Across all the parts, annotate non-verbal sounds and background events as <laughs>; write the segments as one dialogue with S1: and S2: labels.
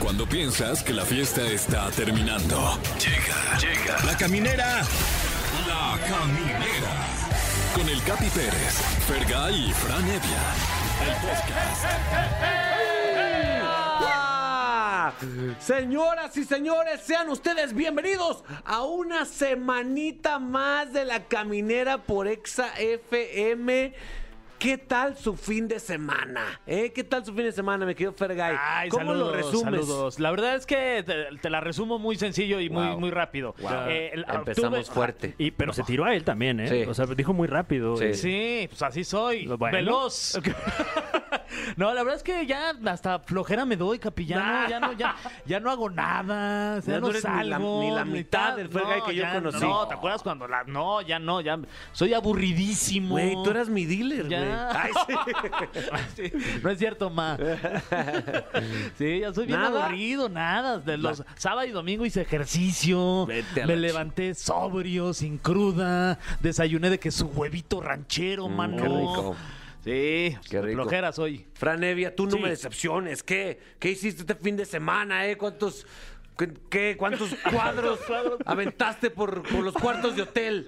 S1: Cuando piensas que la fiesta está terminando. Llega, llega. La caminera. La caminera. Con el Capi Pérez, Fergay y Fran Evia. El podcast.
S2: Señoras y señores, sean ustedes bienvenidos a una semanita más de la caminera por Exa FM. ¿Qué tal su fin de semana? ¿Eh? ¿Qué tal su fin de semana, me querido Fergay?
S3: Ay,
S2: ¿Cómo
S3: saludos,
S2: lo resumes?
S3: saludos. La verdad es que te, te la resumo muy sencillo y muy,
S4: Wow.
S3: muy rápido. Eh, el-
S4: Empezamos
S3: tuve-
S4: fuerte.
S5: Y, pero se tiró a él también, ¿eh?
S4: Sí.
S5: O sea, dijo muy rápido.
S4: Sí.
S3: Sí, pues así soy.
S5: Bueno.
S3: <laughs> Veloz. No, la verdad es que ya hasta flojera me doy, capi. Ya no, ya no, ya, ya no hago nada. o
S2: Ya
S3: sea, ya
S2: no
S3: no,
S2: eres ni la-
S3: salgo.
S2: ni la mitad del Fall Guy
S3: no,
S2: que yo
S3: ya
S2: conocí.
S3: No, ¿te acuerdas cuando la.? No, ya no, ya. Soy aburridísimo.
S2: Güey, tú eras mi dealer, güey.
S3: Ya.
S2: Ay, sí.
S3: <laughs> Sí, No es
S2: <laughs>
S3: cierto, ma. Sí, ya soy bien
S2: Nada.
S3: aburrido, nada. De los sábado y domingo hice ejercicio.
S2: Vete a
S3: me
S2: la
S3: levanté sobrio, sin cruda. Desayuné de que su huevito
S2: Mm,
S3: ranchero, mano.
S4: qué rico.
S3: Sí,
S4: Qué rico.
S3: flojera soy.
S2: Fran Evia, tú no
S3: Sí.
S2: me decepciones. ¿Qué? ¿Qué hiciste este fin de semana, eh? ¿Cuántos, qué, qué-
S3: <laughs>
S2: cuántos cuadros aventaste por, por los cuartos de hotel?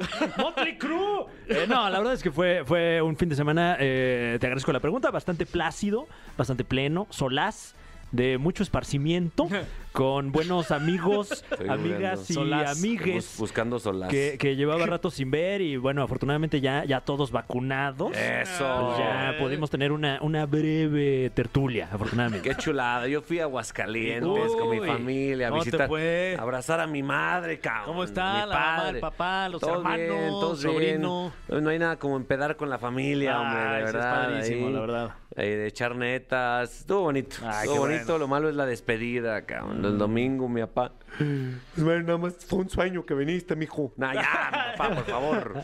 S5: Eh, no, la verdad es que fue, fue un fin de semana, eh, te agradezco la pregunta, bastante plácido, bastante pleno, solaz. De mucho esparcimiento, con buenos amigos,
S4: Estoy
S5: amigas y
S3: Solaz.
S5: amigues
S4: Bus- buscando solas.
S5: que, que llevaba rato sin ver. Y bueno, afortunadamente ya, ya todos vacunados.
S2: Eso.
S5: Pues ya pudimos tener una, una breve tertulia, afortunadamente.
S2: Qué chulada. Yo fui a Aguascalientes con mi
S3: Uy,
S2: familia a
S3: ¿cómo te
S2: visitar,
S3: fue?
S2: a abrazar a mi madre, cabrón.
S3: ¿Cómo está
S2: mi
S3: la mamá,
S2: padre.
S3: el papá, los
S2: Todos
S3: hermanos,
S2: bien, todos bien.
S3: sobrino?
S2: No hay nada como empedar con la familia, hombre,
S3: Ay,
S2: de
S3: eso es
S2: verdad.
S3: padrísimo, la verdad.
S2: eh, de echar netas. Estuvo bonito.
S3: Ay,
S2: Estuvo
S3: qué
S2: bonito.
S3: bueno. Mm.
S2: Lo malo es la despedida, cabrón. El domingo, mi papá. Pues, nada más fue un sueño que viniste, mijo. Nah, ya, mi papá, por favor.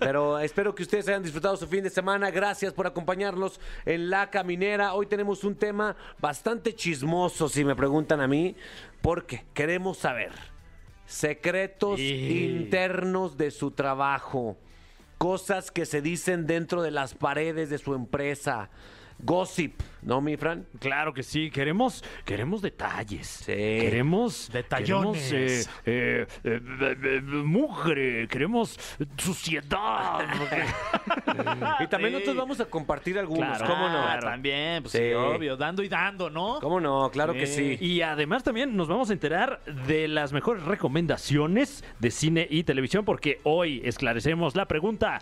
S2: Pero espero que ustedes hayan disfrutado su fin de semana. Gracias por acompañarnos en La Caminera. Hoy tenemos un tema bastante chismoso, si me preguntan a mí, porque queremos saber secretos
S3: Sí.
S2: internos de su trabajo, cosas que se dicen dentro de las paredes de su empresa, gossip, ¿no, mi Fran?
S5: Claro que sí, queremos, queremos detalles.
S2: Sí.
S5: Queremos
S3: Detallones.
S5: queremos, eh, eh, eh, eh, eh, mugre, queremos suciedad.
S2: Y también
S3: Sí.
S2: nosotros vamos a compartir algunos,
S5: Claro.
S2: Pues, ¿cómo no?
S3: Ah, También, pues sí.
S2: Sí.
S3: obvio. Dando y dando, ¿no?
S2: ¿Cómo no? Claro <laughs> que sí.
S5: Eh, y además también nos vamos a enterar de las mejores recomendaciones de cine y televisión porque hoy esclarecemos la pregunta,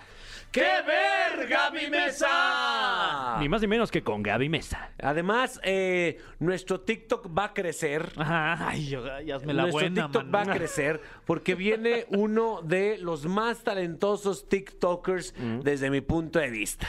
S3: ¡Qué ver, Gaby Mesa!
S2: Ah.
S5: ni más ni menos que con Gaby Mesa.
S2: Además, eh, nuestro TikTok va a crecer.
S3: Ajá, ay, ay, hazme la
S2: nuestro
S3: buena,
S2: TikTok
S3: mano. <laughs>
S2: va a crecer porque viene uno de los más talentosos TikTokers
S3: Mm.
S2: desde mi punto de vista.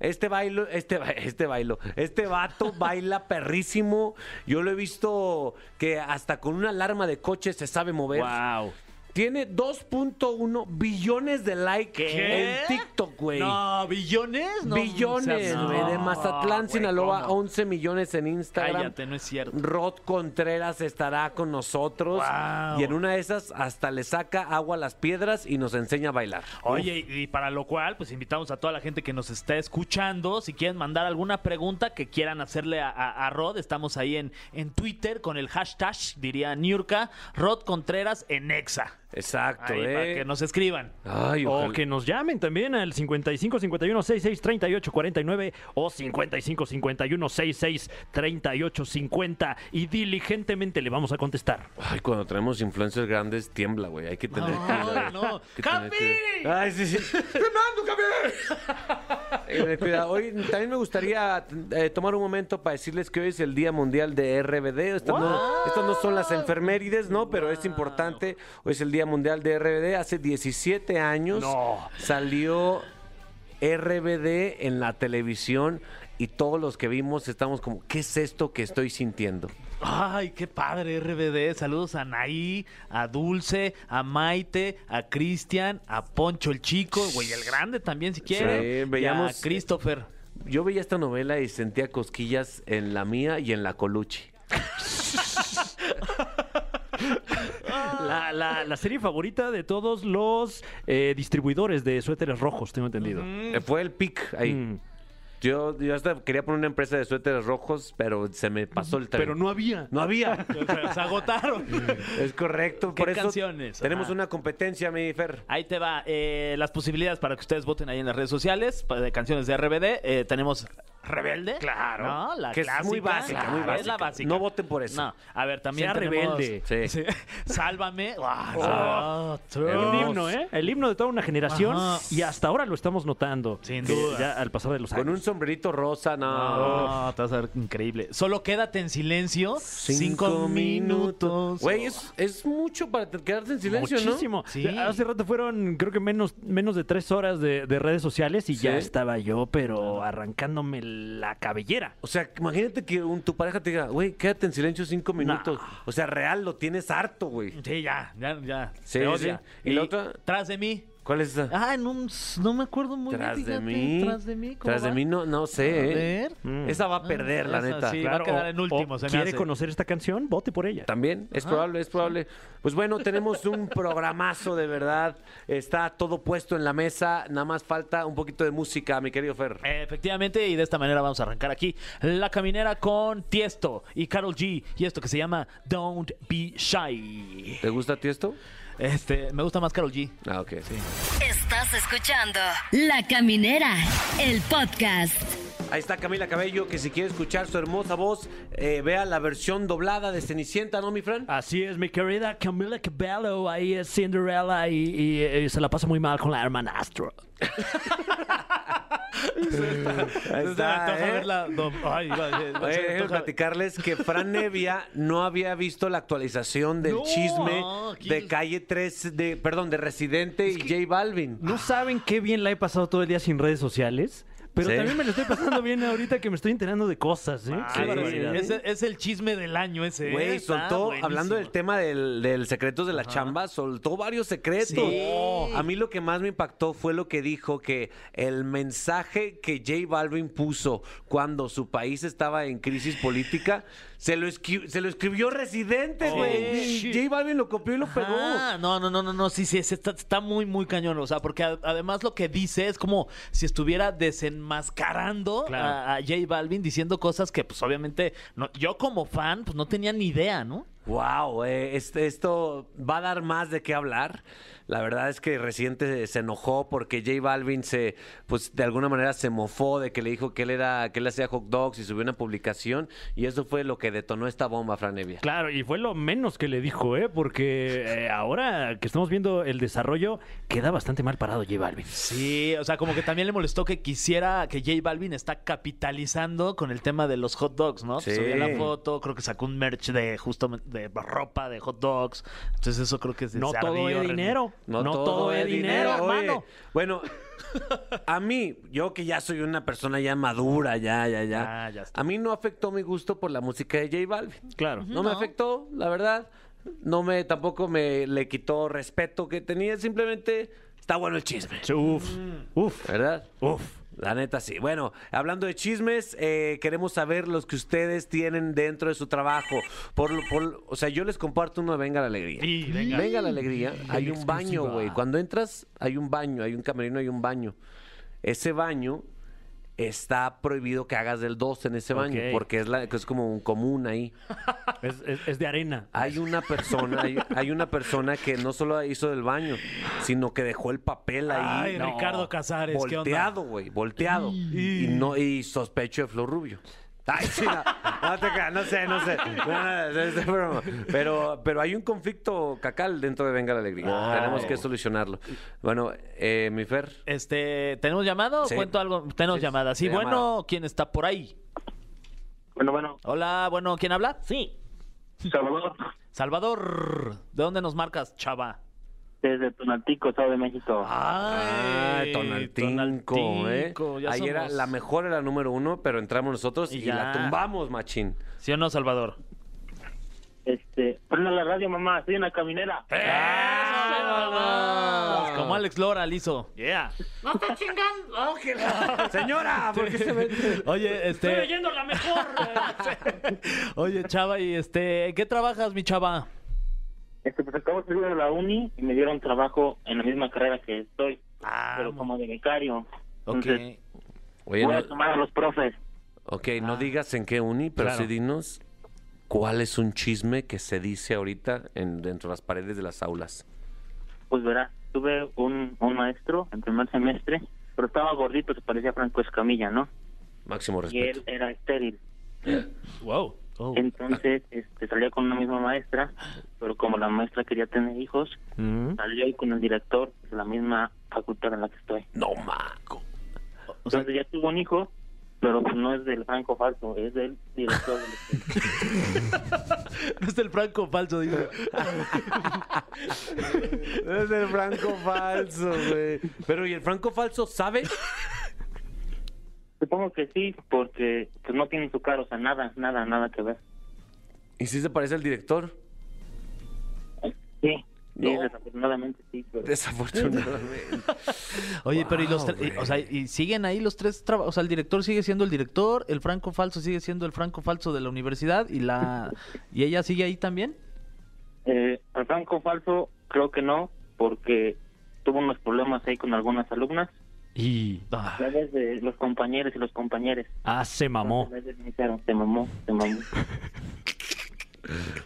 S2: Este bailo, este, ba- este bailo, este
S3: <laughs>
S2: vato baila perrísimo. Yo lo he visto que hasta con una alarma de coche se sabe mover.
S5: Wow.
S2: Tiene 2.1 billones de likes
S3: ¿Qué?
S2: en TikTok, güey.
S3: No, billones, no.
S2: Billones,
S3: seas-
S2: güey. De
S3: no,
S2: Mazatlán,
S3: güey,
S2: Sinaloa,
S3: ¿cómo?
S2: 11 millones en Instagram.
S3: Cállate, no es cierto.
S2: Rod Contreras estará con nosotros.
S3: Guau.
S2: Y en una de esas hasta le saca agua a las piedras y nos enseña a bailar.
S3: Oye, y y para lo cual, pues invitamos a toda la gente que nos está escuchando. Si quieren mandar alguna pregunta que quieran hacerle a, a- a Rod, estamos ahí en, en Twitter con el hashtag, diría Niurka, Rod Contreras en Exa.
S2: Exacto,
S3: Ahí,
S2: ¿eh?
S3: para que nos escriban.
S2: Ay,
S5: O
S2: ojalá.
S5: que nos llamen también al 55 51 66 38 49 o 55 51 66 38 50 y diligentemente le vamos a contestar.
S2: Ay, cuando tenemos influencers grandes tiembla, güey. Hay que tener
S3: No,
S2: cuidado.
S3: no.
S2: Hay que tener
S3: ¡Capi!
S2: cuidado. Ay, sí, Eh, sí. ¡Fernando, Capi! <laughs> Hay que tener cuidado. Hoy también me gustaría eh, tomar un momento para decirles que hoy es el Día Mundial de RBD. Estas, no, estas no son las enfermerides, ¿no? Pero es importante. Hoy es el Día Mundial de RBD. Hace 17 años
S5: No.
S2: salió RBD en la televisión y todos los que vimos estamos como, ¿qué es esto que estoy sintiendo?
S3: Ay, qué padre, RBD. Saludos a Anaí, a Dulce, a Maite, a Cristian, a Poncho el Chico, güey, el grande también si quieren.
S2: veíamos- eh,
S3: Y a
S2: <laughs>
S3: Christopher.
S2: Yo veía esta novela y sentía cosquillas en la mía y en la coluchi.
S5: La, la- la serie favorita de todos los eh, distribuidores de suéteres rojos, tengo entendido.
S2: Eh, Fue el pic ahí.
S5: Mm.
S2: Yo, yo hasta quería poner una empresa de suéteres rojos, pero se me pasó el tren.
S4: Pero no había.
S2: No había.
S3: Se agotaron.
S2: Es correcto.
S3: ¿Qué
S2: Por eso
S3: canciones?
S2: tenemos
S3: Ajá. Ah,
S2: una competencia, mi Fer.
S3: Ahí te va. eh, las posibilidades para que ustedes voten ahí en las redes sociales pa- de canciones de RBD. eh, tenemos Rebelde. Claro. ¿no? La
S2: que es muy
S3: clásica.
S2: básica, muy
S3: Claro, Es la
S2: básica.
S3: básica.
S2: No voten por eso.
S3: No. A ver, también
S5: Sea
S3: tenemos-
S5: rebelde.
S2: Sí.
S3: <laughs>
S2: <laughs> Ah,
S3: Sálvame. Oh, Guau, no,
S5: El
S3: Dios.
S5: himno, ¿eh? El himno de toda una generación
S3: Ajá.
S5: y hasta ahora lo estamos notando.
S3: Sin
S5: Que
S3: duda.
S5: Ya al pasar de los años.
S2: Con un sombrerito rosa, no.
S3: No, te vas a ver increíble. Solo quédate en silencio cinco, minutos.
S2: Güey, es, es mucho para te- quedarte en silencio,
S5: Muchísimo.
S3: Sí.
S5: Hace rato fueron, creo que menos, menos de tres horas de, de redes sociales y ya estaba yo, pero arrancándome la cabellera.
S2: ¿no? O sea, imagínate que un, tu pareja te diga, güey, quédate en silencio cinco minutos. O sea, real, lo tienes harto, güey.
S3: Sí, ya, ya, ya.
S2: Sí,
S3: Te
S2: sí,
S3: odia.
S2: sí. ¿Y la otra?
S3: Tras de mí.
S2: ¿Cuál es esa?
S3: Ah, no, no me acuerdo muy
S2: tras
S3: bien.
S2: de
S3: fíjate,
S2: mí.
S3: Tras de mí. ¿cómo
S2: Tras de
S3: va?
S2: mí, no, no sé.
S3: A
S2: ¿eh?
S3: ver.
S2: Mm. Esa va a perder, la
S3: Ah, Esa
S2: neta.
S3: sí. va a quedar en último, se me
S5: ¿Quiere
S3: hace.
S5: conocer esta canción? Vote por ella.
S2: También, es probable, es probable. Pues bueno, tenemos
S3: <laughs>
S2: un programazo de verdad. Está todo puesto en la mesa. Nada más falta un poquito de música, mi querido Fer.
S3: Efectivamente, y de esta manera vamos a arrancar aquí La Caminera con Tiesto y Carol G. Y esto que se llama Don't Be Shy.
S2: ¿Te gusta a ti esto?
S3: Este, me gusta más Carol G.
S2: Ah, ok.
S6: Estás escuchando La Caminera, el podcast.
S2: Ahí está Camila Cabello, que si quiere escuchar su hermosa voz, eh, vea la versión doblada de Cenicienta, ¿no, mi
S3: <laughs>
S2: Fran?
S5: Así es, mi querida Camila Cabello, ahí es Cinderella y, y- y se la pasa muy mal con la hermanastra.
S2: Ahí
S3: Entonces,
S2: ¿eh?
S3: a ver la dom- Ay, va, va, va,
S2: Oye, déjenme
S3: antoja-
S2: platicarles que Fran Nevia no había visto la actualización del
S3: No,
S2: chisme
S3: aquí-
S2: de Calle 3, de, perdón, de Residente y J Balvin.
S3: Ah.
S5: No saben qué bien la he pasado todo el día sin redes sociales, pero
S2: Sí.
S5: también me lo estoy pasando bien ahorita que me estoy enterando de cosas, ¿eh?
S3: Ah,
S5: Qué
S2: sí.
S5: barbaridad.
S3: es, es el chisme del año ese. ¿eh?
S2: Güey,
S3: Está
S2: soltó, hablando del
S3: buenísimo.
S2: tema del, del secretos de la chamba, soltó varios secretos.
S3: Sí.
S2: A mí lo que más me impactó fue lo que dijo que el mensaje que J Balvin puso cuando su país estaba en crisis política, se lo, esqui- se lo escribió Residente,
S3: Oh,
S2: güey.
S3: shit.
S2: J Balvin lo copió y lo pegó.
S3: Ah, no, no, no, no, no, sí, sí, sí, está, está muy, muy cañón. O sea, porque a- además lo que dice es como si estuviera desenmascarando
S5: Claro.
S3: a, a J Balvin diciendo cosas que, pues obviamente, no- yo como fan, pues no tenía ni idea, ¿no?
S2: Wow, eh, este, esto va a dar más de qué hablar. La verdad es que reciente se- se enojó porque J Balvin se, pues de alguna manera se mofó de que le dijo que él era, que él hacía hot dogs y subió una publicación y eso fue lo que detonó esta bomba, Franevia.
S5: Claro, y fue lo menos que le dijo, ¿eh? Porque eh, ahora que estamos viendo el desarrollo, queda bastante mal parado J Balvin.
S3: Sí, o sea, como que también le molestó que quisiera que J Balvin está capitalizando con el tema de los hot dogs, ¿no?
S2: Sí.
S3: Subía la foto, creo que sacó un merch de justo de ropa de hot dogs. Entonces eso creo que se
S5: No
S3: se
S5: todo
S3: ardió,
S5: es
S3: René.
S5: dinero. No, todo, es dinero,
S2: oye.
S5: hermano.
S2: Bueno, a mí, yo que ya soy una persona ya madura, ya, ya, ya.
S3: Ah, ya está.
S2: A mí no afectó mi gusto por la música de J Balvin.
S5: Claro.
S2: No, me afectó, la verdad. No me, tampoco me le quitó respeto que tenía. Simplemente está bueno el chisme.
S5: Sí, Uf,
S2: Mm.
S5: uf,
S2: ¿Verdad?
S5: uf.
S2: La neta sí. Bueno, hablando de chismes, eh, queremos saber los que ustedes tienen dentro de su trabajo. Por, lo- por- o sea, yo les comparto uno de Venga la Alegría.
S3: Sí, venga.
S2: la Alegría. Hay un baño, güey. Cuando entras, hay un baño, hay un camerino, hay un baño. Ese baño está prohibido que hagas del 2 en ese baño,
S5: Ok.
S2: porque es, la, que es como un común ahí.
S5: Es, es- es de arena.
S2: Hay una persona, hay, hay una persona que no solo hizo del baño, sino que dejó el papel ahí.
S3: Ay, Ricardo Casares, ¿qué onda?
S2: Volteado, güey, volteado. Y no, y sospecho de Flor Rubio. Ay, sí, no, no te creas, no sé, no sé. No, no, no, es de broma. Pero, pero hay un conflicto cacal dentro de Venga la Alegría. Tenemos que solucionarlo. Bueno, eh, mi Fer,
S3: Este, ¿tenemos llamado? o
S2: Sí.
S3: Cuento algo. Tenemos
S2: Sí,
S3: llamada. Sí,
S2: sí,
S3: bueno,
S2: llamada.
S3: ¿quién está por ahí?
S7: Bueno, bueno,
S3: Hola, bueno, ¿quién habla?
S5: Sí.
S7: Salvador,
S3: Salvador. ¿De dónde nos marcas, chava?
S7: desde Tonaltico, Estado de México.
S5: Ah.
S2: Ay, Ah, Tonaltinco,
S3: Tonaltinco,
S2: ¿eh?
S3: ya
S2: Ayer era
S3: somos-
S2: la mejor era número uno, pero entramos nosotros
S3: Y
S2: y,
S3: ya.
S2: la tumbamos, machín.
S3: ¿Sí o no, Salvador?
S7: Este, prende la radio, mamá, soy una caminera.
S5: Eh.
S3: Pues Como Alex Lora, liso.
S5: Yeah.
S2: Oh,
S3: <laughs>
S2: Señora, ¿por qué se me-
S3: Oye, este. Estoy leyendo la mejor. eh. <laughs> Oye, chava, y este, ¿en qué trabajas, mi chava?
S7: Este, pues acabo de salir de la uni y me dieron
S5: Ah,
S7: trabajo en la misma carrera que estoy, pero como de becario.
S3: Ok.
S7: Entonces,
S2: Oye,
S7: Voy
S2: no-
S7: a tomar a los profes.
S2: ok, no digas en qué uni, pero
S5: Claro.
S2: sí dinos cuál es un chisme que se dice ahorita en, dentro de las paredes de las aulas.
S7: Pues verás, tuve un, un maestro en primer semestre, pero estaba gordito, se parecía a Franco Escamilla, ¿no?
S2: Máximo
S7: Y
S2: respeto.
S7: él era estéril.
S5: Wow. Oh.
S7: Entonces este, salía con una misma maestra, pero como la maestra quería tener hijos,
S5: Mm.
S7: salió con el director de la misma facultad en la que estoy.
S2: <gasps> No, maco.
S7: Entonces ya tuvo un hijo, pero no es del Franco Falso, es del director del estéril.
S3: No es el franco falso, <laughs> dice.
S2: Es el franco falso, güey. Pero, ¿y el franco falso sabe?
S7: <laughs> Supongo que sí, porque pues no tiene su cara, o sea, nada, nada, nada que ver.
S2: ¿Y si se parece al director?
S7: Sí, sí
S2: No.
S7: desafortunadamente sí, pero...
S2: <laughs> Desafortunadamente.
S3: Oye, pero ¿y los
S2: Wow,
S3: tres? y-
S2: güey.
S3: O sea, ¿y siguen ahí los tres trabajos? O sea, el director sigue siendo el director, el franco falso sigue siendo el franco falso de la universidad y la y ella sigue ahí también.
S7: Eh, al Franco Falso creo que no, porque tuvo unos problemas ahí con algunas alumnas,
S5: Y
S3: Ah,
S7: a de los compañeros y los compañeros.
S5: ah, se mamó.
S7: Se mamó, se <laughs> mamó.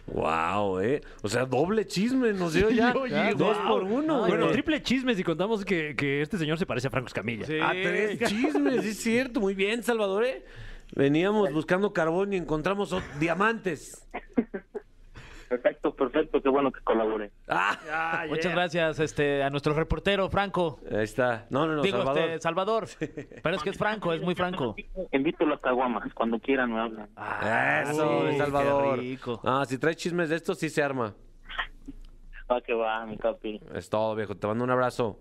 S2: wow, eh. O sea, doble chisme nos dio ya.
S5: Oye,
S2: dos
S5: guau.
S2: por uno,
S5: bueno,
S2: güey.
S5: triple chismes y contamos que, que este señor se parece a Franco Escamilla.
S2: A tres chismes, sí es cierto. Muy bien, Salvador, ¿eh? Veníamos buscando carbón y encontramos ot- diamantes.
S7: Perfecto, perfecto, qué bueno que colabore.
S2: Ah,
S3: Muchas gracias este, a nuestro reportero, Franco.
S2: ahí está. No, no, no,
S3: Digo,
S2: Salvador.
S3: este, Salvador. Pero es que es franco, es muy <laughs> franco.
S7: Invito a las caguamas, cuando quieran me hablan.
S2: Eso,
S3: Uy, qué
S2: Salvador.
S3: rico.
S2: Ah, si traes chismes de estos, sí se arma.
S7: Va que Ah, va, mi capi.
S2: Es todo, viejo. Te mando un abrazo.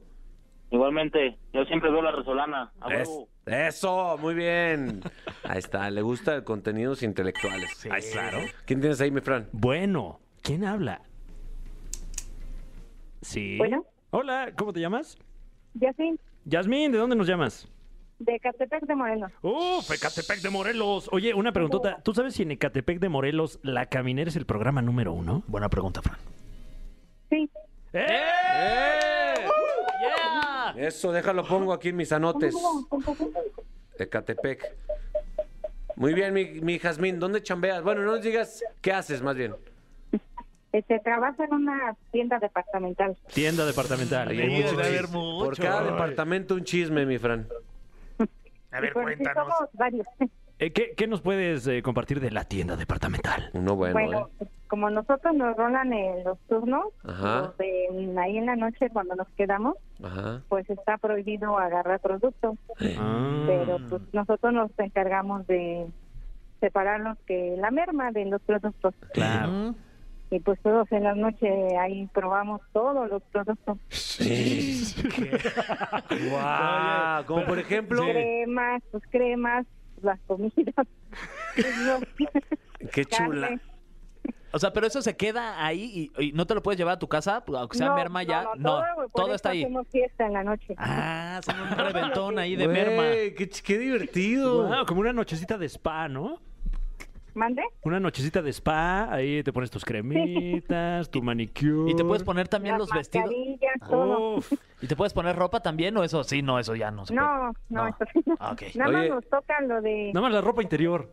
S7: Igualmente, yo siempre veo la resolana. A
S2: Es-
S7: huevo.
S2: eso, muy bien. Ahí está, le gusta contenidos intelectuales. Ahí está.
S5: claro.
S2: ¿Quién tienes ahí, mi Fran?
S5: Bueno, ¿quién habla? Sí.
S4: Bueno.
S5: Hola, ¿cómo te llamas?
S4: Yacín,
S5: Yasmín, ¿de dónde nos llamas?
S4: de Catepec de Morelos.
S5: ¡Uf! Ecatepec de Morelos. Oye, una preguntota. ¿Tú sabes si en Ecatepec de Morelos La Caminera es el programa número uno?
S3: Buena pregunta, Fran.
S4: Sí,
S2: ¡Eh! Eso, déjalo, pongo aquí en mis anotes. Ecatepec. Muy bien, mi, mi Jazmín, ¿dónde chambeas? Bueno, no nos digas qué haces, más bien.
S4: este, trabajo en una tienda departamental.
S5: Tienda departamental.
S2: Ahí
S3: Ay,
S2: hay mucho
S3: debe haber
S2: chisme.
S3: mucho.
S2: Por cada
S3: Ay.
S2: departamento un chisme, mi Fran.
S4: A ver, cuéntanos. pues, Somos varios.
S5: Eh, ¿qué, qué nos puedes eh, compartir de la tienda departamental?
S2: Uno <laughs> bueno,
S4: Bueno, pues,
S2: ¿eh?
S4: como nosotros nos rolan en los turnos,
S2: Ajá.
S4: los de ahí en la noche cuando nos quedamos,
S2: Ajá.
S4: pues está prohibido agarrar productos,
S5: Ah.
S4: pero pues nosotros nos encargamos de separarlos que la merma de los productos.
S5: Claro.
S3: Mm.
S4: Y pues todos en la noche ahí probamos todos los productos.
S2: Guau, Como ¿eh? por ejemplo,
S4: cremas, pues cremas, las
S3: <laughs>
S4: comidas. Pues,
S2: qué chula.
S4: Carne.
S3: O sea, pero eso se queda ahí y, y no te lo puedes llevar a tu casa, pues, aunque sea
S4: No,
S3: merma ya. No,
S4: todo, güey,
S3: todo,
S4: por eso
S3: está ahí.
S4: Hacemos fiesta en la noche.
S3: Ah, son un reventón <laughs> ahí de
S2: Güey,
S3: merma.
S2: Qué, ch- qué divertido.
S5: Wow, como una nochecita de spa, ¿no?
S4: ¿Mande?
S5: Una nochecita de spa, ahí te pones tus cremitas, tu manicure.
S3: Y te puedes poner también
S4: Las
S3: los vestidos.
S4: mascarillas, todo.
S5: Uf.
S3: ¿Y te puedes poner ropa también o eso? Sí, no, eso ya no se puede.
S4: No, no,
S3: No.
S4: eso sí no.
S3: Ah, ok.
S4: Nada
S2: Oye.
S4: más nos toca lo de...
S5: Nada más la
S3: <laughs>
S5: ropa interior.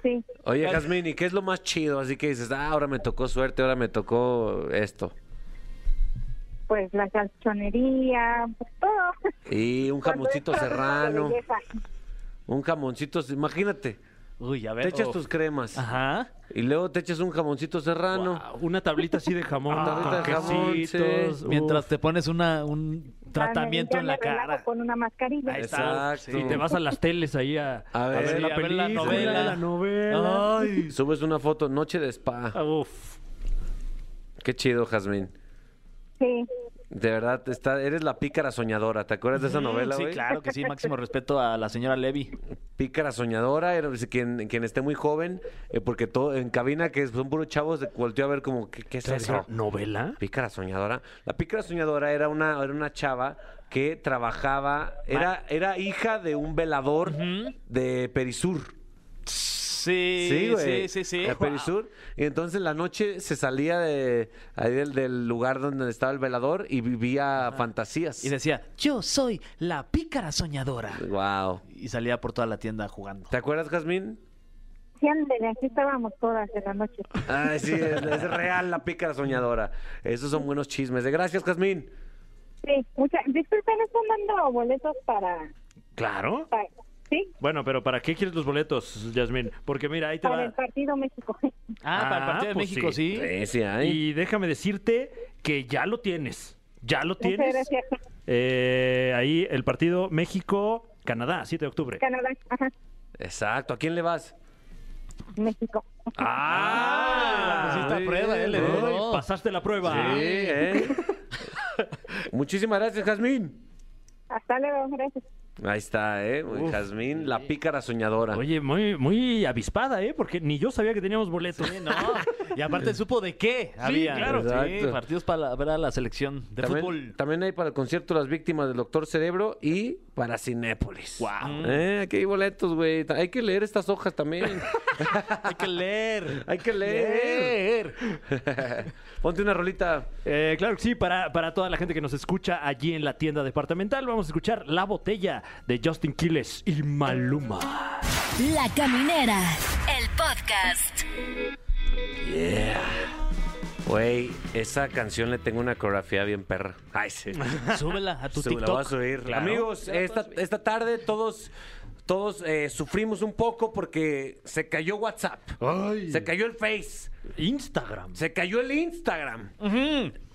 S4: Sí,
S2: Oye, Jazmín, ¿y qué es lo más chido? Así que dices, ah, ahora me tocó suerte, ahora me tocó esto.
S4: pues la calchonería, pues todo.
S2: Y un
S4: Cuando
S2: jamoncito
S4: es problema de
S2: serrano,
S4: belleza.
S2: un jamoncito, imagínate,
S3: Uy, a ver.
S2: te echas
S3: oh.
S2: tus cremas
S3: Ajá.
S2: y luego te echas un jamoncito serrano.
S5: Wow, Una tablita así de jamón.
S3: Ah,
S2: Una tablita de jamón, sí.
S5: quesillos, uf.
S3: Mientras te pones una, un tratamiento
S4: Ya
S3: en
S4: me
S3: la
S4: relajo pues.
S3: cara.
S4: Con una mascarilla.
S3: Ahí está.
S2: Exacto.
S5: Y te vas a las teles ahí a,
S2: A ver, sí,
S5: la
S3: ah, a ver la
S5: película,
S3: novela.
S5: la novela.
S3: Ay.
S2: Subes una foto, noche de spa.
S5: Ah, Uf.
S2: Qué chido, Jazmín.
S4: Sí,
S2: De verdad, está, eres la pícara soñadora. ¿Te acuerdas de esa novela,
S3: Sí,
S2: güey?
S3: claro que sí. Máximo respeto a la señora Levy.
S2: Pícara soñadora, era- es quien, quien esté muy joven, eh, porque todo en cabina que son puros chavos, de- volteó a ver como, ¿qué, qué es eso?
S5: ¿Novela?
S2: Pícara soñadora. La pícara soñadora era una, era una chava que trabajaba, era, era hija de un velador de Perisur.
S3: Sí,
S2: Sí, güey.
S3: sí, sí, sí.
S2: A Perisur. Y entonces en la noche se salía de ahí del, del lugar donde estaba el velador y vivía fantasías.
S3: Y decía, yo soy la pícara soñadora.
S2: Wow.
S3: Y salía por toda la tienda jugando.
S2: ¿Te acuerdas, Jazmín?
S4: Sí, ándele, aquí estábamos todas en la noche.
S2: Ay, sí, es, es real la pícara soñadora. Esos son buenos chismes. De gracias, Jazmín.
S4: Sí, muchas. Disculpen, están dando boletos para.
S5: Claro.
S4: para- sí,
S5: Bueno, pero ¿para qué quieres los boletos, Yasmín? Porque mira, ahí te
S4: para el
S5: va.
S4: Partido México. <laughs>
S3: Ah, para el
S5: Ah,
S3: Partido de
S5: pues
S3: México, sí.
S2: Sí, sí, ay.
S5: Y déjame decirte que ya lo tienes. Ya lo
S4: Muchas
S5: tienes.
S4: gracias.
S5: Eh, ahí el partido México-Canadá, 7 de octubre.
S4: Canadá, ajá,
S2: Exacto. ¿A quién le
S3: <laughs>
S2: vas?
S4: México.
S5: pues
S3: Ah, la pusiste a
S2: muy
S3: prueba,
S2: bien.
S3: eh, le
S5: Uy,
S3: dio.
S5: pasaste la prueba.
S2: Sí,
S3: <laughs>
S2: ¿eh? Muchísimas gracias, Jazmín.
S4: Hasta luego, gracias.
S2: Ahí está, ¿eh? Jazmín, la pícara soñadora.
S5: Oye, muy, muy avispada, ¿eh? Porque ni yo sabía que teníamos boletos.
S3: Sí, no. Y aparte
S5: <laughs>
S3: supo de qué había.
S5: claro.
S3: Sí,
S2: Exacto.
S3: partidos para la, ver a la selección de
S2: también,
S3: fútbol.
S2: también hay para el concierto Las Víctimas del Doctor Cerebro y para Cinépolis.
S5: Guau.
S2: Eh, aquí hay boletos, güey. Ta- Hay que leer estas hojas
S3: <laughs>
S2: también.
S3: Hay que leer.
S2: hay que leer. <laughs> Ponte una rolita.
S5: Eh, claro que sí, para, para toda la gente que nos escucha allí en la tienda departamental, vamos a escuchar La Botella de Justin Quiles y Maluma.
S6: La Caminera, el podcast.
S2: Güey, esa canción le tengo una coreografía bien perra. Ay, sí.
S3: Súbela a <laughs> tu
S2: Se la
S3: TikTok.
S2: voy a subir.
S3: Claro.
S2: Amigos, esta, esta tarde todos, todos eh, sufrimos un poco porque se cayó WhatsApp. Se cayó el Face.
S5: Instagram.
S2: Se cayó el Instagram.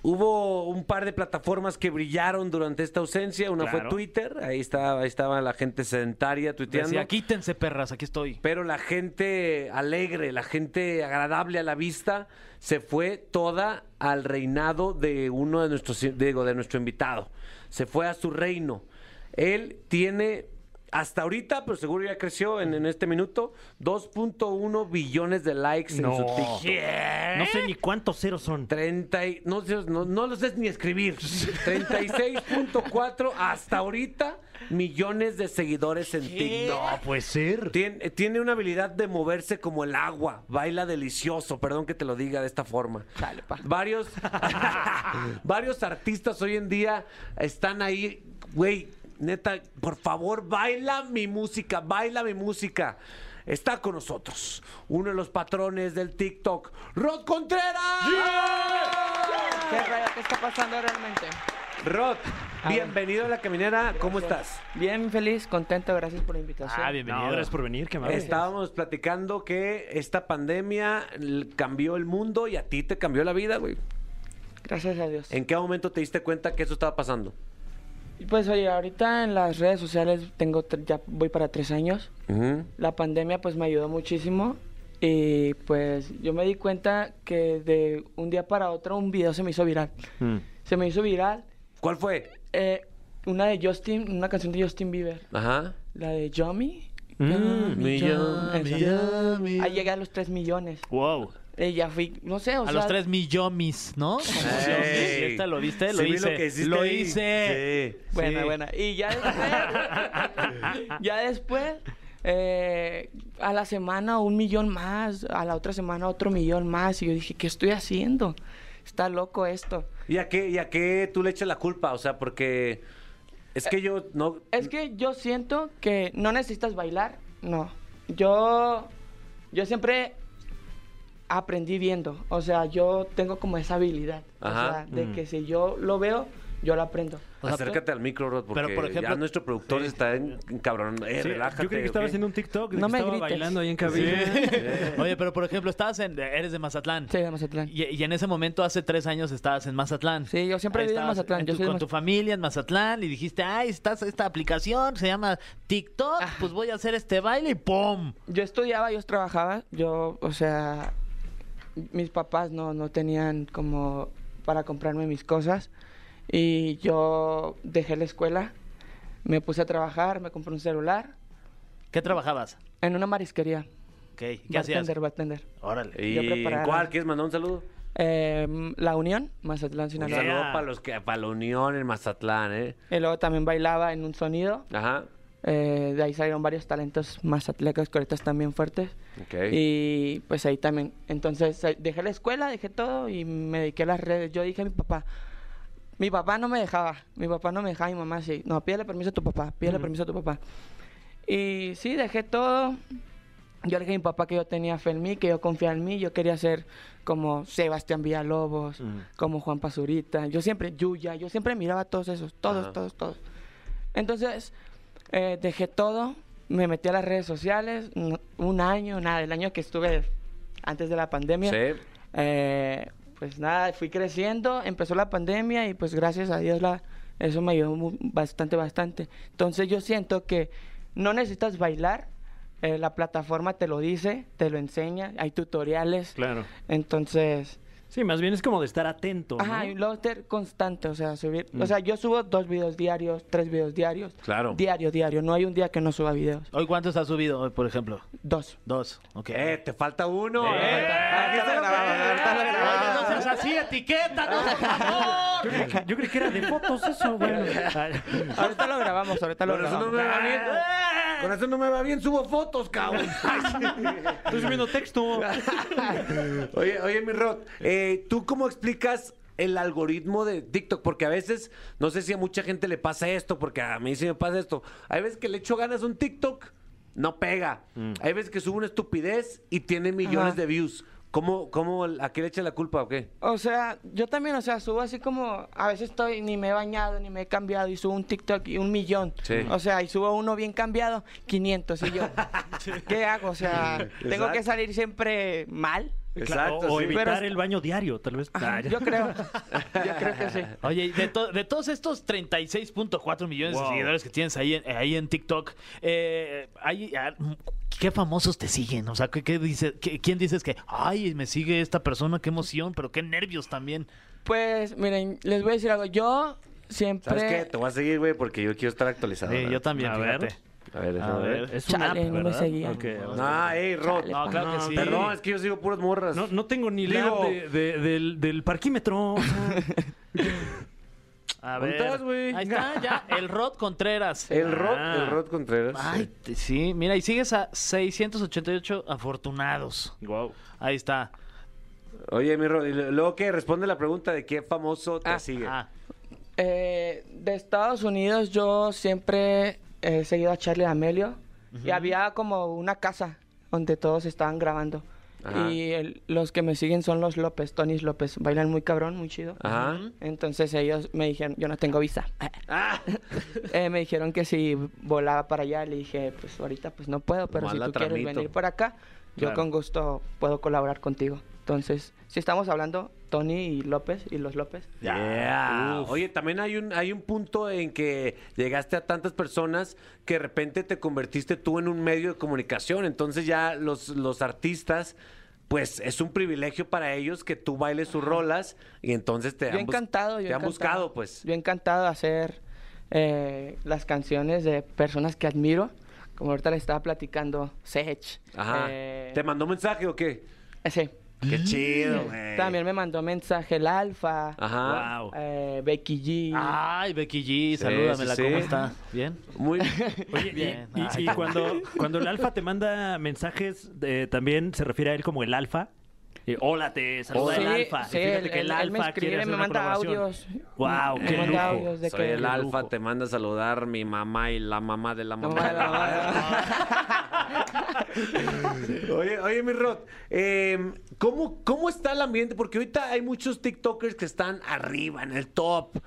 S2: Hubo un par de plataformas que brillaron durante esta ausencia. Una
S5: Claro.
S2: fue Twitter. Ahí estaba, ahí estaba la gente sedentaria tuiteando.
S3: Decía, quítense, perras, aquí estoy.
S2: Pero la gente alegre, la gente agradable a la vista, se fue toda al reinado de uno de nuestros, digo, de nuestro invitado. Se fue a su reino. Él tiene, hasta ahorita, pero seguro ya creció en, en este minuto, 2.1 billones de likes en su TikTok.
S5: No sé ni cuántos ceros son.
S2: 30 y- no, sé- no, no lo sé ni escribir. 36.4 hasta ahorita millones de seguidores en TikTok.
S5: puede ser.
S2: Tien- eh, tiene una habilidad de moverse como el agua, baila delicioso, perdón que te lo diga de esta forma. varios, <laughs> varios artistas hoy en día están ahí, güey, neta, por favor, baila mi música, baila mi música. Está con nosotros uno de los patrones del TikTok, Rod Contreras.
S8: ¿Qué rayo? ¿Qué está pasando realmente?
S2: Rod,
S8: A ver.
S2: bienvenido a la caminera, ¿cómo estás?
S8: Bien, feliz, contento, gracias por la invitación.
S3: Ah, bienvenido.
S5: No, gracias por venir, qué amable.
S2: Estábamos platicando que esta pandemia l- cambió el mundo y a ti te cambió la vida, güey.
S8: Gracias a Dios.
S2: ¿En qué momento te diste cuenta que eso estaba pasando?
S8: Y pues oye, ahorita en las redes sociales tengo tre- ya voy para tres años. La pandemia pues me ayudó muchísimo y pues yo me di cuenta que de un día para otro un video se me hizo viral.
S5: Mm.
S8: Se me hizo viral
S2: ¿Cuál fue?
S8: eh, una de Justin, una canción de Justin Bieber,
S2: Ajá.
S8: la de Yummy.
S5: Mm,
S8: Yummy,
S2: mi Yummy,
S8: esa. Ahí llegué a los 3 millones.
S3: Wow.
S8: Y ya fui, no sé, o
S3: A
S8: sea,
S3: los tres millomis, ¿no?
S2: Ey.
S3: Esta lo viste, lo
S2: Sí, vi
S3: hice.
S2: que hiciste
S3: lo
S2: ahí.
S3: hice.
S2: Sí.
S8: Buena,
S3: Sí.
S8: buena. Y ya después, ya después eh, a la semana un millón más, a la otra semana otro millón más. Y yo dije, ¿qué estoy haciendo? Está loco esto.
S2: ¿Y a, qué, ¿Y a qué tú le echas la culpa? O sea, porque es que yo no...
S8: Es que yo siento que no necesitas bailar, no. Yo, yo siempre aprendí viendo, o sea, yo tengo como esa habilidad,
S2: Ajá.
S8: o sea, de que si yo lo veo, yo lo aprendo.
S3: O sea,
S2: Acércate al micro, Rod, porque
S3: pero, por ejemplo-
S2: ya nuestro productor
S3: Sí.
S2: está en, encabronando. Eh,
S5: Sí,
S2: relájate.
S5: yo creí que estaba
S2: ¿ok?
S5: haciendo un TikTok, de
S8: No
S5: que
S8: me
S5: estaba
S8: grites.
S5: bailando ahí en cabina. <laughs>
S3: Oye, pero por ejemplo, estabas en. Eres de Mazatlán.
S8: Sí, de Mazatlán.
S3: Y, y en ese momento, hace tres años, estabas en Mazatlán.
S8: Sí, yo siempre
S3: Ahí
S8: viví en
S3: estabas
S8: Mazatlán, yo
S3: tu-
S8: soy de
S3: con tu familia en Mazatlán y dijiste, ay, estás esta aplicación, se llama TikTok, pues voy a hacer este baile y ¡pum!
S8: Yo estudiaba, yo trabajaba, yo, o sea, mis papás no, no tenían como para comprarme mis cosas y yo dejé la escuela, me puse a trabajar, me compré un celular
S3: ¿Qué trabajabas?
S8: en una marisquería.
S3: Ok, ¿Qué hacías?
S8: bartender, bartender.
S3: Órale.
S2: ¿Y
S8: Yo
S2: en
S8: preparada.
S2: cuál? ¿Quieres mandar un saludo?
S8: Em, la Unión, Mazatlán,
S2: Un
S8: Sinaloa.
S2: saludo para los que para la Unión en Mazatlán, ¿eh?
S8: Y luego también bailaba en un sonido
S2: Ajá.
S8: Eh, de ahí salieron varios talentos más atléticos que ahorita están bien fuertes.
S2: Ok.
S8: Y pues ahí también. Entonces eh, dejé la escuela, dejé todo y me dediqué a las redes. Yo dije a mi papá, mi papá no me dejaba, mi papá no me dejaba, mi mamá sí. No, pídele permiso a tu papá, pídele permiso a tu papá. Y sí, dejé todo. Yo le dije a mi papá que yo tenía fe en mí, que yo confiaba en mí, yo quería ser como Sebastián Villalobos, como Juan Pazurita, yo siempre, Yuya, yo siempre miraba a todos esos, todos, todos, todos. Entonces, eh, dejé todo, me metí a las redes sociales, no- un año, nada, el año que estuve antes de la pandemia.
S2: Sí.
S8: Eh, pues nada, fui creciendo, empezó la pandemia y pues gracias a Dios la, eso me ayudó mu- bastante, bastante. Entonces yo siento que no necesitas bailar, eh, la plataforma te lo dice, te lo enseña, hay tutoriales.
S5: Claro.
S8: Entonces,
S5: Sí, más bien es como de estar atento. ¿no?
S8: ajá, y luego ser constante, o sea, subir, o sea, yo subo dos videos diarios, tres videos diarios.
S2: Mm. Claro.
S8: Diario, diario, no hay un día que no suba videos.
S3: ¿Hoy cuántos has subido, hoy, por ejemplo?
S8: Dos.
S3: Dos. Ok.
S2: Eh, te falta uno.
S3: Eh,
S2: Aquí está
S3: eh,
S2: lo que-
S3: eh,
S2: está lo que-
S3: oye, no seas así, etiquétanos, por favor.
S5: Yo creí que era de fotos eso, güey.
S8: Ahorita lo grabamos, ahorita lo
S2: Con eso no
S8: grabamos.
S2: me va bien. Con eso no me va bien. Subo fotos, cabrón.
S5: Estoy subiendo texto.
S2: <laughs> Oye, oye, mi Rod, eh, ¿tú cómo explicas el algoritmo de TikTok? Porque a veces, no sé si a mucha gente le pasa esto, porque a mí sí me pasa esto. Hay veces que le echo ganas a un TikTok, no pega. Hay veces que subo una estupidez y tiene millones
S8: Ajá.
S2: de views. ¿Cómo, cómo, ¿A qué le echa la culpa o qué?
S8: O sea, yo también, o sea, subo así como, a veces estoy, ni me he bañado, ni me he cambiado, y subo un TikTok y un millón.
S2: Sí.
S8: O sea, y subo uno bien cambiado, 500,
S2: <laughs>
S8: y yo, ¿qué hago? O sea, ¿tengo
S2: Exacto.
S8: que salir siempre mal?
S2: Exacto,
S5: O
S2: sí.
S5: evitar
S8: Pero-
S5: el baño diario, tal vez.
S8: Ajá,
S5: Ah, ya.
S2: <laughs>
S8: yo creo, yo creo que sí.
S3: Oye, y de, to- de todos estos 36.4 millones de seguidores que tienes ahí en, ahí en TikTok, eh, hay- ah, ¿qué famosos te siguen? O sea, ¿qué, qué dice, qué- ¿quién dices que, ay, me sigue esta persona, qué emoción, pero qué nervios también?
S8: Pues, miren, les voy a decir algo, yo siempre...
S2: ¿Sabes qué? Te voy a seguir, güey, porque yo quiero estar actualizado.
S3: Sí, Eh, yo también,
S5: A ver.
S3: fíjate.
S2: A ver,
S3: A
S2: déjame ver.
S3: ver.
S5: Es una
S8: Chale,
S5: app,
S8: no me
S5: ¿verdad?
S8: seguía.
S5: Ok, vamos a ver.
S2: Ah, hey, Rod.
S3: No, claro que
S5: No,
S3: sí.
S2: Perdón, es que yo sigo puras morras.
S5: No, no tengo ni la
S2: Digo-
S5: app de- de- del, del parquímetro. o sea.
S3: A ver.
S2: ¿Dónde estás, güey?
S3: Ahí está, ya, el Rod Contreras.
S2: El Rod,
S5: Ah.
S2: el Rod Contreras.
S3: Ay, te- sí, mira, y sigues a 688 afortunados.
S5: <laughs> Guau.
S3: Ahí está.
S2: Oye, mi Rod, y lo- luego que responde la pregunta de qué famoso te
S8: Ah,
S2: sigue.
S3: Ah,
S8: Eh, de Estados Unidos yo siempre he seguido a Charlie D'Amelio y había como una casa donde todos estaban grabando.
S2: Ajá.
S8: Y el- los que me siguen son los López, Tonis López. Bailan muy cabrón, muy chido.
S2: Ajá.
S8: Entonces ellos me dijeron, yo no tengo visa. Eh, me dijeron que si volaba para allá, le dije, pues ahorita pues no puedo, pero
S2: Nomás
S8: si
S2: la
S8: tú quieres
S2: tramito.
S8: venir para acá, yo
S5: Claro.
S8: con gusto puedo colaborar contigo. Entonces, si estamos hablando, Tony y López y los López.
S2: Yeah. Oye, también hay un, hay un punto en que llegaste a tantas personas que de repente te convertiste tú en un medio de comunicación. Entonces ya los, los artistas, pues es un privilegio para ellos que tú bailes sus rolas y entonces te
S8: yo
S2: han, bus-
S8: encantado, yo
S2: te han
S8: encantado.
S2: buscado, pues.
S8: Yo encantado de hacer eh, las canciones de personas que admiro. Como ahorita le estaba platicando, Sech.
S2: Ajá.
S8: eh,
S2: ¿Te mandó mensaje o qué?
S8: eh, sí.
S2: Qué chido, güey.
S8: También me mandó mensaje el Alfa,
S2: Ajá. Ah,
S5: Guau.
S8: eh, Becky G.
S3: Ay, Becky G, salúdamela,
S2: sí, sí.
S3: ¿cómo está? ¿Bien?
S8: <laughs>
S2: Muy.
S8: Pues
S5: Oye, y-
S3: Bien.
S5: y,
S3: Ay.
S5: y cuando,
S3: <laughs>
S5: cuando el alfa te manda mensajes, eh, también se refiere a él como el alfa. Eh, Hola, te saluda
S8: Sí,
S5: el alfa.
S8: sí,
S5: Y fíjate
S8: él-
S5: que el
S8: él- él me
S5: alfa
S8: escribe,
S5: quiere hacer
S8: me
S5: una
S8: manda
S5: colaboración.
S8: audios.
S5: Guau,
S8: Me
S5: qué
S8: manda
S5: lujo.
S8: audios de
S2: Soy
S8: que-
S2: el alfa, te manda a saludar mi mamá y la mamá de la
S8: No,
S2: mamá.
S8: no, no,
S2: <laughs>
S8: no.
S2: Oye, oye, mi Rod, eh, ¿cómo, ¿cómo está el ambiente? Porque ahorita hay muchos TikTokers que están arriba, en el top.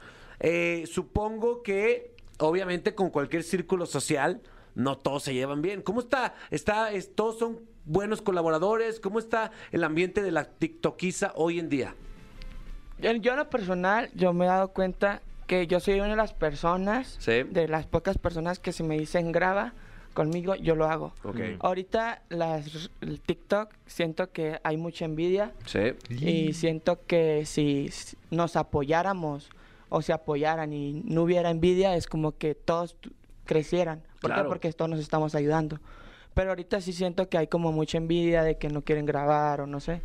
S2: Eh, supongo que, obviamente, con cualquier círculo social, no todos se llevan bien. ¿Cómo está? está es- ¿Todos son buenos colaboradores? ¿Cómo está el ambiente de la TikTokiza hoy en día?
S8: Yo, yo en lo personal, yo me he dado cuenta que yo soy una de las personas,
S2: Sí.
S8: de las pocas personas que si me dicen graba conmigo, yo lo hago.
S2: Ok.
S8: Ahorita las, el TikTok siento que hay mucha envidia
S2: Sí.
S8: y siento que si s- nos apoyáramos o se apoyaran y no hubiera envidia, es como que todos tu- crecieran. ¿Por
S2: Claro.
S8: qué? Porque todos nos estamos ayudando. Pero ahorita sí siento que hay como mucha envidia de que no quieren grabar o no sé.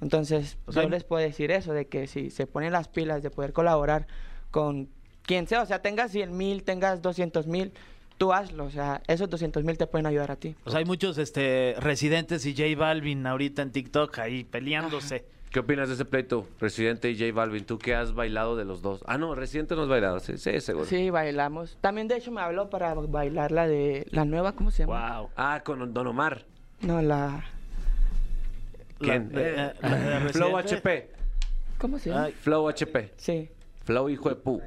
S8: Entonces,
S3: O sea,
S8: yo
S3: hay-
S8: les puedo decir eso, de que si se ponen las pilas de poder colaborar con quien sea, o sea, tengas 100 mil, tengas 200 mil, tú hazlo, o sea, esos 200 mil te pueden ayudar a ti.
S3: O sea, hay muchos este, residentes y J Balvin ahorita en TikTok ahí peleándose.
S2: ¿Qué opinas de ese pleito, Residente y J Balvin? ¿Tú qué has bailado de los dos? Ah, no, Residente no has bailado, sí, sí seguro.
S8: Sí, bailamos. También, de hecho, me habló para bailar la de la nueva, ¿cómo se llama?
S3: Wow.
S2: Ah, con Don Omar.
S8: No, la.
S2: ¿Quién?
S3: La- eh, la de Residente.
S2: Flow HP.
S8: ¿Cómo se llama?
S3: Ay.
S2: Flow HP.
S8: Sí.
S2: Flow hijo de pu.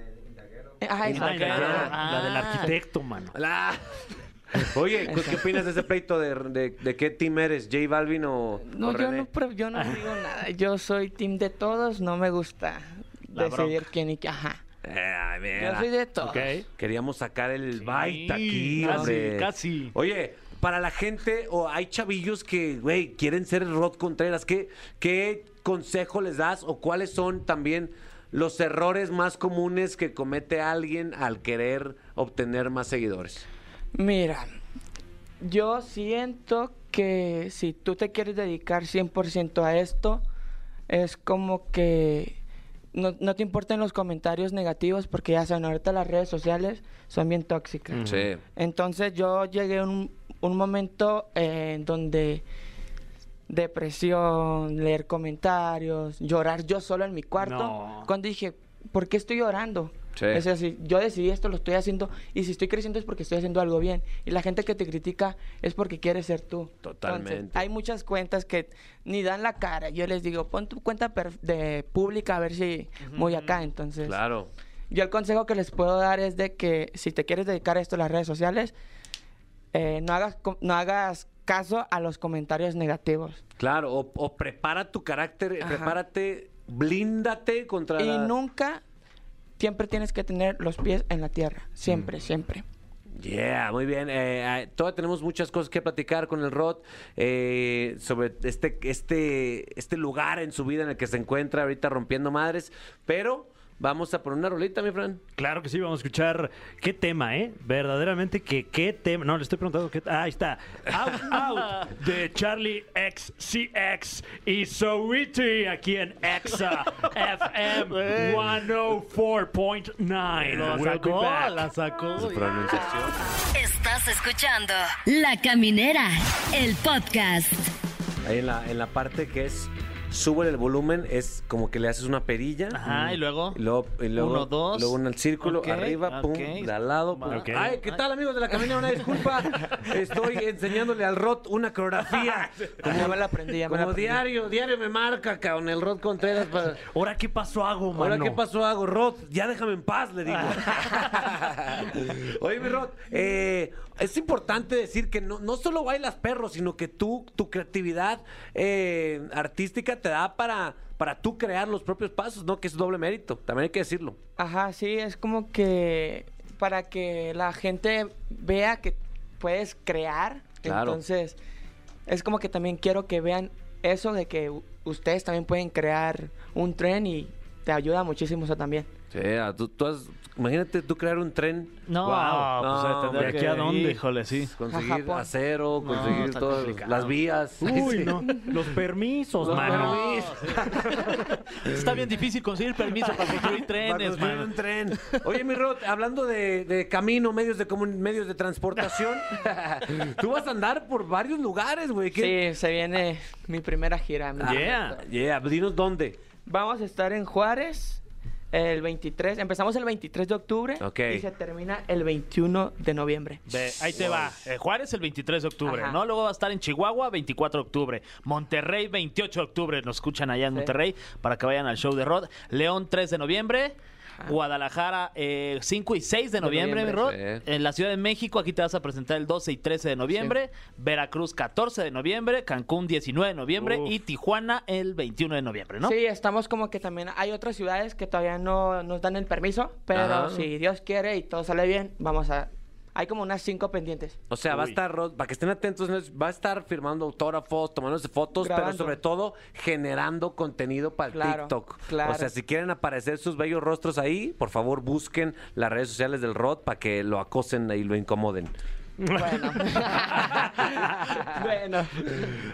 S8: Eh, Ah, esa.
S3: Ay, no.
S5: Ah, La del
S3: Ah.
S5: arquitecto, mano.
S2: La- Oye, pues, ¿qué opinas de ese pleito? ¿De, de, de qué team eres? ¿J Balvin o, o
S8: No, yo
S2: René?
S8: no, pre-
S3: <laughs>
S8: yo no digo nada. Yo soy team de todos, no me gusta
S3: La
S8: decidir
S3: bronca.
S8: quién y qué. Ajá.
S2: Eh, ay, mira.
S8: Yo soy de todos.
S5: Ok.
S2: Queríamos sacar el
S3: Sí,
S2: bite aquí,
S3: casi,
S2: hombre.
S3: casi.
S2: Oye, para la gente, o hay chavillos que, güey, quieren ser Rod Contreras, ¿qué, ¿qué consejo les das o cuáles son también los errores más comunes que comete alguien al querer obtener más seguidores?
S8: Mira, yo siento que si tú te quieres dedicar 100% a esto, es como que no, no te importan los comentarios negativos porque ya saben, ahorita las redes sociales son bien tóxicas.
S2: Sí.
S8: Entonces yo llegué a un, un momento eh, en donde depresión, leer comentarios, llorar yo solo en mi cuarto,
S5: No.
S8: cuando dije, ¿por qué estoy llorando?
S2: Sí.
S8: Es decir, yo decidí esto, lo estoy haciendo, y si estoy creciendo es porque estoy haciendo algo bien. Y la gente que te critica es porque quiere ser tú. Entonces,
S2: Totalmente.
S8: hay muchas cuentas que ni dan la cara. Yo les digo, pon tu cuenta per- de pública a ver si muy acá. Entonces,
S2: Claro.
S8: yo el consejo que les puedo dar es de que si te quieres dedicar a esto en las redes sociales, eh, no, hagas, co- no hagas caso a los comentarios negativos.
S2: Claro, o, o prepara tu carácter, eh,
S8: Ajá.
S2: prepárate, blíndate contra
S8: Y
S2: la-
S8: nunca, siempre tienes que tener los pies en la tierra. Siempre,
S2: Mm.
S8: siempre.
S2: Yeah, muy bien. Eh, eh, todavía tenemos muchas cosas que platicar con el Rod eh, sobre este, este, este lugar en su vida en el que se encuentra ahorita rompiendo madres, pero vamos a poner una rolita, mi Fran.
S5: Claro que sí, vamos a escuchar qué tema, ¿eh? Verdaderamente que qué tema. No, le estoy preguntando qué. Ah, ahí está. Out,
S2: <laughs>
S5: out de Charlie XCX y Sowiti aquí en Exa
S2: <laughs>
S5: FM 104.9.
S3: Lo
S5: Ah, We'll be
S3: sacó,
S5: back.
S3: la sacó.
S2: Su pronunciación.
S6: Estás escuchando La Caminera, el podcast.
S2: Ahí en la, en la parte que es sube el volumen, es como que le haces una perilla.
S3: Ajá, y luego.
S2: Y luego, y luego-
S3: Uno, dos.
S2: Luego en el círculo,
S3: Ok,
S2: arriba, pum,
S3: ok.
S2: de al lado. pum.
S5: Ok.
S2: Ay, ¿qué tal, amigos de la camina? Una
S3: <laughs>
S2: disculpa. Estoy enseñándole al Rod una
S3: <laughs>
S2: coreografía.
S8: Ya me la aprendí, ya me la
S2: Como
S8: aprendí.
S2: diario, diario me marca, cabrón, el Rod Contreras. Para...
S5: Ahora, ¿qué pasó hago, mano?
S2: Ahora, ¿qué pasó? Hago, Rod, ya déjame en paz, le digo. Oye, mi Rod, eh, es importante decir que no, no solo bailas perros, sino que tú, tu creatividad eh, artística te da para, para tú crear los propios pasos, ¿no? Que es doble mérito, también hay que decirlo.
S8: Ajá, sí, es como que para que la gente vea que puedes crear.
S2: Claro.
S8: Entonces, es como que también quiero que vean eso de que u- ustedes también pueden crear un tren y te ayuda muchísimo eso también.
S2: Sí, ah, tú, tú has- imagínate tú crear un tren.
S3: No,
S2: Guau.
S3: pues
S2: No,
S3: de tener
S5: ¿de aquí
S3: que-
S5: a dónde?
S3: Híjole, sí.
S8: A
S2: Conseguir
S8: Japón.
S2: acero, conseguir
S3: pues. está
S2: todas
S3: complicado.
S2: las vías. <laughs>
S5: Uy, no. Los permisos,
S2: Los
S5: mano.
S2: permisos.
S3: Está bien difícil conseguir permiso para construir trenes,
S2: Para construir
S3: mano.
S2: un tren. Oye, mi Rod, hablando de, de camino, medios de comun- medios de transportación, tú vas a andar por varios lugares, güey. ¿Qué-
S8: Sí, se viene mi primera gira. mi
S2: Ah,
S5: Yeah.
S2: Yeah, dinos dónde.
S8: Vamos a estar en Juárez el 23. Empezamos el 23 de octubre
S2: Ok.
S8: y se termina el 21 de noviembre.
S3: Ve, ahí te va. Eh, Juárez el 23 de octubre,
S8: Ajá.
S3: ¿no? Luego va a estar en Chihuahua 24 de octubre. Monterrey 28 de octubre. Nos escuchan allá en
S8: Sí.
S3: Monterrey para que vayan al show de Rod. León 3 de noviembre.
S8: Ajá.
S3: Guadalajara eh, 5 y 6 de noviembre, mi
S2: noviembre,
S3: Rod.
S2: sí.
S3: En la Ciudad de México, aquí te vas a presentar el 12 y 13 de noviembre. Veracruz 14 de noviembre. Cancún 19 de noviembre.
S5: Uf.
S3: Y Tijuana el 21 de noviembre, ¿no?
S8: Sí, estamos como que también hay otras ciudades que todavía no nos dan el permiso, pero
S2: Ajá.
S8: si Dios quiere y todo sale bien, vamos a... Hay como unas cinco pendientes.
S2: <laughs> O sea, va a estar, Rod, para que estén atentos, va a estar firmando autógrafos, tomándose fotos, pero
S8: Grabando.
S2: sobre todo generando contenido para el
S8: Claro,
S2: TikTok.
S8: claro.
S2: O sea, si quieren aparecer sus bellos rostros ahí, por favor busquen las redes sociales del Rod para que lo acosen y lo incomoden.
S8: Bueno. bueno.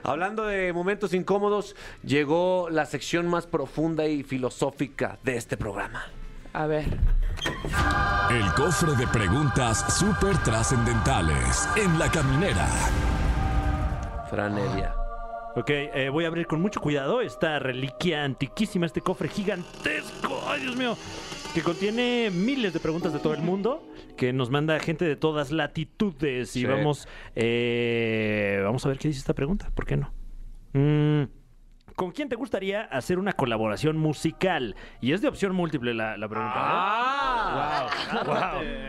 S2: Hablando de momentos incómodos, llegó la sección más profunda y filosófica de este programa.
S8: A ver.
S1: El cofre de preguntas súper trascendentales en la caminera.
S2: Fran Evia.
S5: Ok, eh, voy a abrir con mucho cuidado esta reliquia antiquísima, este cofre gigantesco. ¡Ay, Dios mío! Que contiene miles de preguntas de todo el mundo, que nos manda gente de todas latitudes. Y
S2: Sí.
S5: vamos, eh, vamos a ver qué dice esta pregunta, ¿por qué no? Mm, ¿Con quién te gustaría hacer una colaboración musical? Y es de opción múltiple la, la pregunta. ¿eh? Wow,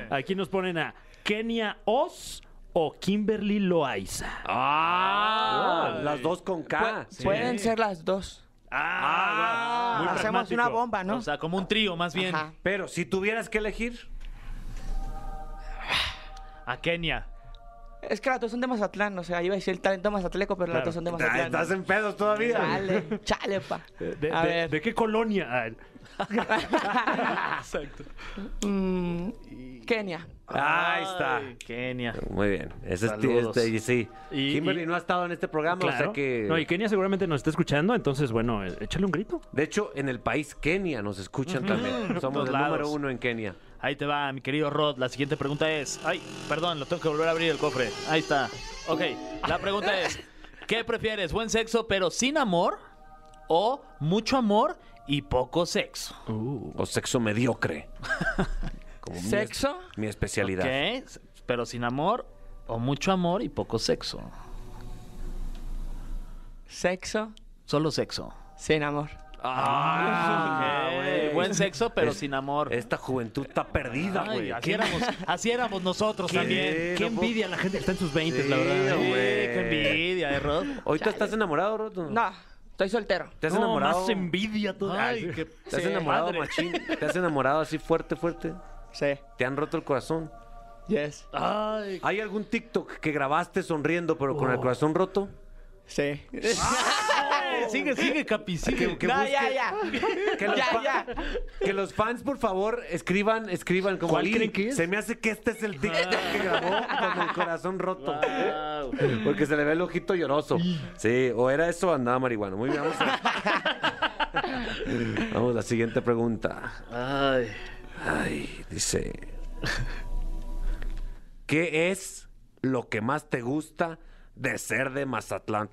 S5: wow. Aquí nos ponen a Kenia Oz o Kimberly Loaiza.
S2: Wow, las dos con K.
S8: Pueden ser las dos.
S5: Ah, wow. Muy
S8: Hacemos una
S5: pragmático.
S8: bomba, ¿no?
S3: O sea, como un trío más bien.
S8: Ajá.
S2: Pero si tuvieras que elegir,
S3: A Kenia.
S8: Es que las dos son de Mazatlán, o sea, iba a decir el talento mazatleco, pero las dos son de
S2: ah,
S8: Mazatlán.
S2: estás en pedos todavía.
S8: Chale, chale, pa.
S5: De, Eh, de-
S8: a
S5: de-
S8: ver. <laughs>
S5: ¿de qué colonia? Ah,
S3: Exacto.
S8: mm, Kenia.
S2: Ahí está.
S3: Kenia.
S2: Muy bien. Ese es-
S3: Saludos.
S2: este, y sí.
S5: Y-
S2: Kimberly
S5: y-
S2: no ha estado en este programa, o sea
S5: claro.
S2: que.
S5: No, y Kenia seguramente nos está escuchando, entonces, bueno, eh, échale un grito.
S2: De hecho, en el país Kenia nos escuchan también. Somos
S3: todos
S2: el
S3: lados.
S2: número uno en Kenia.
S3: Ahí te va, mi querido Rod. La siguiente pregunta es. Ay, perdón, lo tengo que volver a abrir el cofre. Ahí está. Ok, la pregunta es: ¿Qué prefieres? ¿Buen sexo pero sin amor? ¿O mucho amor y poco sexo?
S2: O sexo mediocre. Como mi es-
S8: ¿Sexo?
S2: Mi, especialidad.
S3: ¿Qué? Pero sin amor o mucho amor y poco sexo.
S8: Sexo
S3: Solo sexo.
S8: sin amor.
S2: Ah,
S3: Ok,
S2: güey.
S3: Buen sexo pero
S2: Es-
S3: sin amor.
S2: Esta juventud está perdida,
S3: Ay,
S2: güey.
S3: así, éramos, así éramos nosotros
S2: ¿Qué?
S3: también.
S2: Eh,
S5: qué
S2: no puedo-
S5: envidia la gente que está en sus 20,
S2: Sí,
S5: la verdad.
S3: Sí,
S2: güey.
S3: qué envidia, ¿eh, Rod?
S2: ¿Hoy tú estás enamorado, Roto?
S8: No, estoy soltero.
S2: ¿Te has
S5: No,
S2: enamorado?
S5: más envidia todavía.
S3: Ay, qué-
S2: ¿Te has
S8: Sí,
S2: enamorado,
S3: padre.
S2: machín? ¿Te has enamorado así fuerte, fuerte?
S8: Sí,
S2: ¿Te han roto el corazón?
S8: yes.
S3: Ay,
S2: ¿Hay algún TikTok que grabaste sonriendo pero con el corazón roto?
S8: <laughs> Sí.
S3: sigue, sigue, Capi, sigue.
S2: que
S8: no,
S2: busque-
S8: ya, ya.
S2: Que los,
S8: <laughs> Ya,
S2: fa-
S8: ya.
S2: que los fans, por favor, escriban, escriban como
S5: ¿Cuál
S2: "Ey,
S5: creen que es?"
S2: Se me hace que este es el TikTok que grabó con el corazón roto.
S3: Guau.
S2: <laughs> Porque se le ve el ojito lloroso. Sí, o era eso o andaba marihuana. Muy bien, vamos a... <laughs> Vamos, la siguiente pregunta.
S3: Ay.
S2: Ay, dice... ¿Qué es lo que más te gusta de ser de Mazatlán?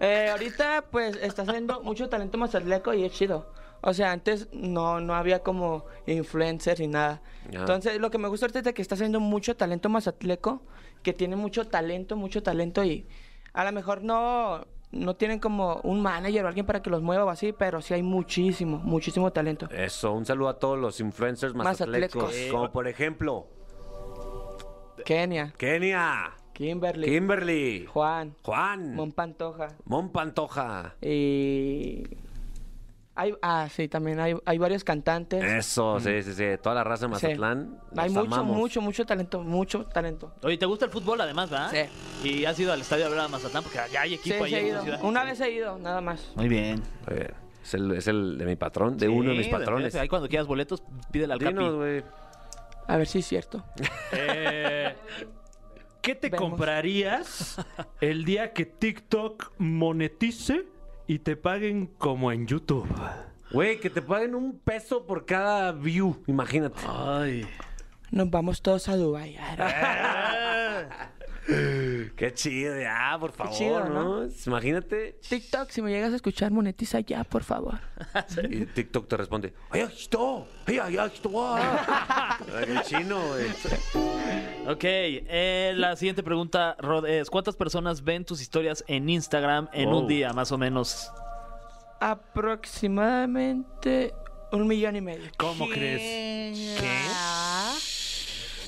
S8: Eh, ahorita pues está saliendo mucho talento mazatleco y es chido. O sea, antes no, no había como influencers ni nada.
S2: Ya.
S8: Entonces, lo que me gusta ahorita es de que está saliendo mucho talento mazatleco, que tiene mucho talento, mucho talento y a lo mejor no, no tienen como un manager o alguien para que los mueva o así, pero sí hay muchísimo, muchísimo talento.
S2: Eso, un saludo a todos los influencers mazatlecos.
S8: Mazatlecos.
S2: Como por ejemplo,
S8: Kenia,
S2: Kenia,
S8: Kimberly,
S2: Kimberly,
S8: Juan,
S2: Juan,
S8: Mon Pantoja
S2: Mon Pantoja.
S8: y... Hay, ah, sí, también hay, hay varios cantantes.
S2: Eso, sí, sí, sí. Toda la raza de
S8: Sí.
S2: Mazatlán.
S8: Hay
S2: los
S8: mucho,
S2: amamos.
S8: mucho, mucho talento, mucho talento.
S3: Oye, ¿te gusta el fútbol además, verdad?
S8: Sí.
S3: Y has ido al estadio a hablar a Mazatlán porque allá hay
S8: Sí,
S3: equipo ahí
S8: sí he
S3: en la
S8: ido.
S3: ciudad.
S8: Una vez he ido, nada más.
S3: Muy bien.
S2: Muy bien. Es el, es el de mi patrón, de uno de mis
S3: Sí,
S2: patrones.
S3: Ahí cuando quieras boletos, pídele al
S2: Dinos,
S3: Capi.
S2: güey.
S8: A ver si es cierto.
S5: Eh, ¿Qué te
S8: Vemos.
S5: comprarías el día que TikTok monetice y te paguen como en
S8: <laughs>
S5: YouTube?
S2: Güey, que te paguen un peso por cada view, imagínate.
S3: Ay.
S8: Nos vamos todos a Dubái. Eh.
S2: Qué chido, ya, por favor,
S8: chido,
S2: ¿no? Imagínate.
S8: <laughs> TikTok, si me llegas a escuchar, monetiza ya, por <laughs> favor.
S2: Y TikTok te responde, ¡ay, aquí estoy! ¡Ay, ay, aquí
S3: <laughs>
S2: estoy! Ay, chino, güey.
S3: Ok, eh, la siguiente pregunta, Rod, es ¿cuántas personas ven tus historias en Instagram en
S5: Wow.
S3: un día, más o menos?
S8: Aproximadamente un millón y medio.
S5: ¿Cómo crees? ¿Qué?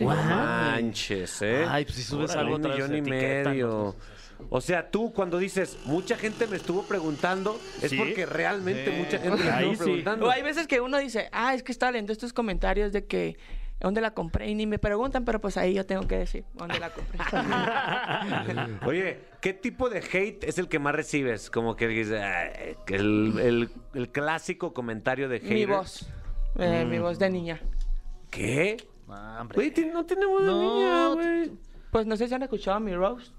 S2: No manches, ¿eh?
S3: Ay, pues si subes
S2: Órale,
S3: algo
S2: un
S3: otra vez
S2: millón y
S3: te etiquetan,
S2: medio. O sea, tú cuando dices, mucha gente me estuvo preguntando, es
S5: Sí.
S2: porque realmente mucha gente me
S5: Ahí
S2: estuvo
S5: sí.
S2: preguntando.
S8: O hay veces que uno dice, ah, es que estaba leyendo estos comentarios de que dónde la compré y ni me preguntan, pero pues ahí yo tengo que decir dónde la <laughs> compré.
S2: Oye, ¿qué tipo de hate es el que más recibes? Como que dices, "Ay", que el, el- el clásico comentario de hate.
S8: mi voz. Eh,
S2: Mm.
S8: Mi voz de niña.
S2: ¿Qué?
S3: No, hombre.
S2: Güey, ti- no tenemos
S3: No,
S2: niña, güey.
S8: Pues no sé si han escuchado mi roast,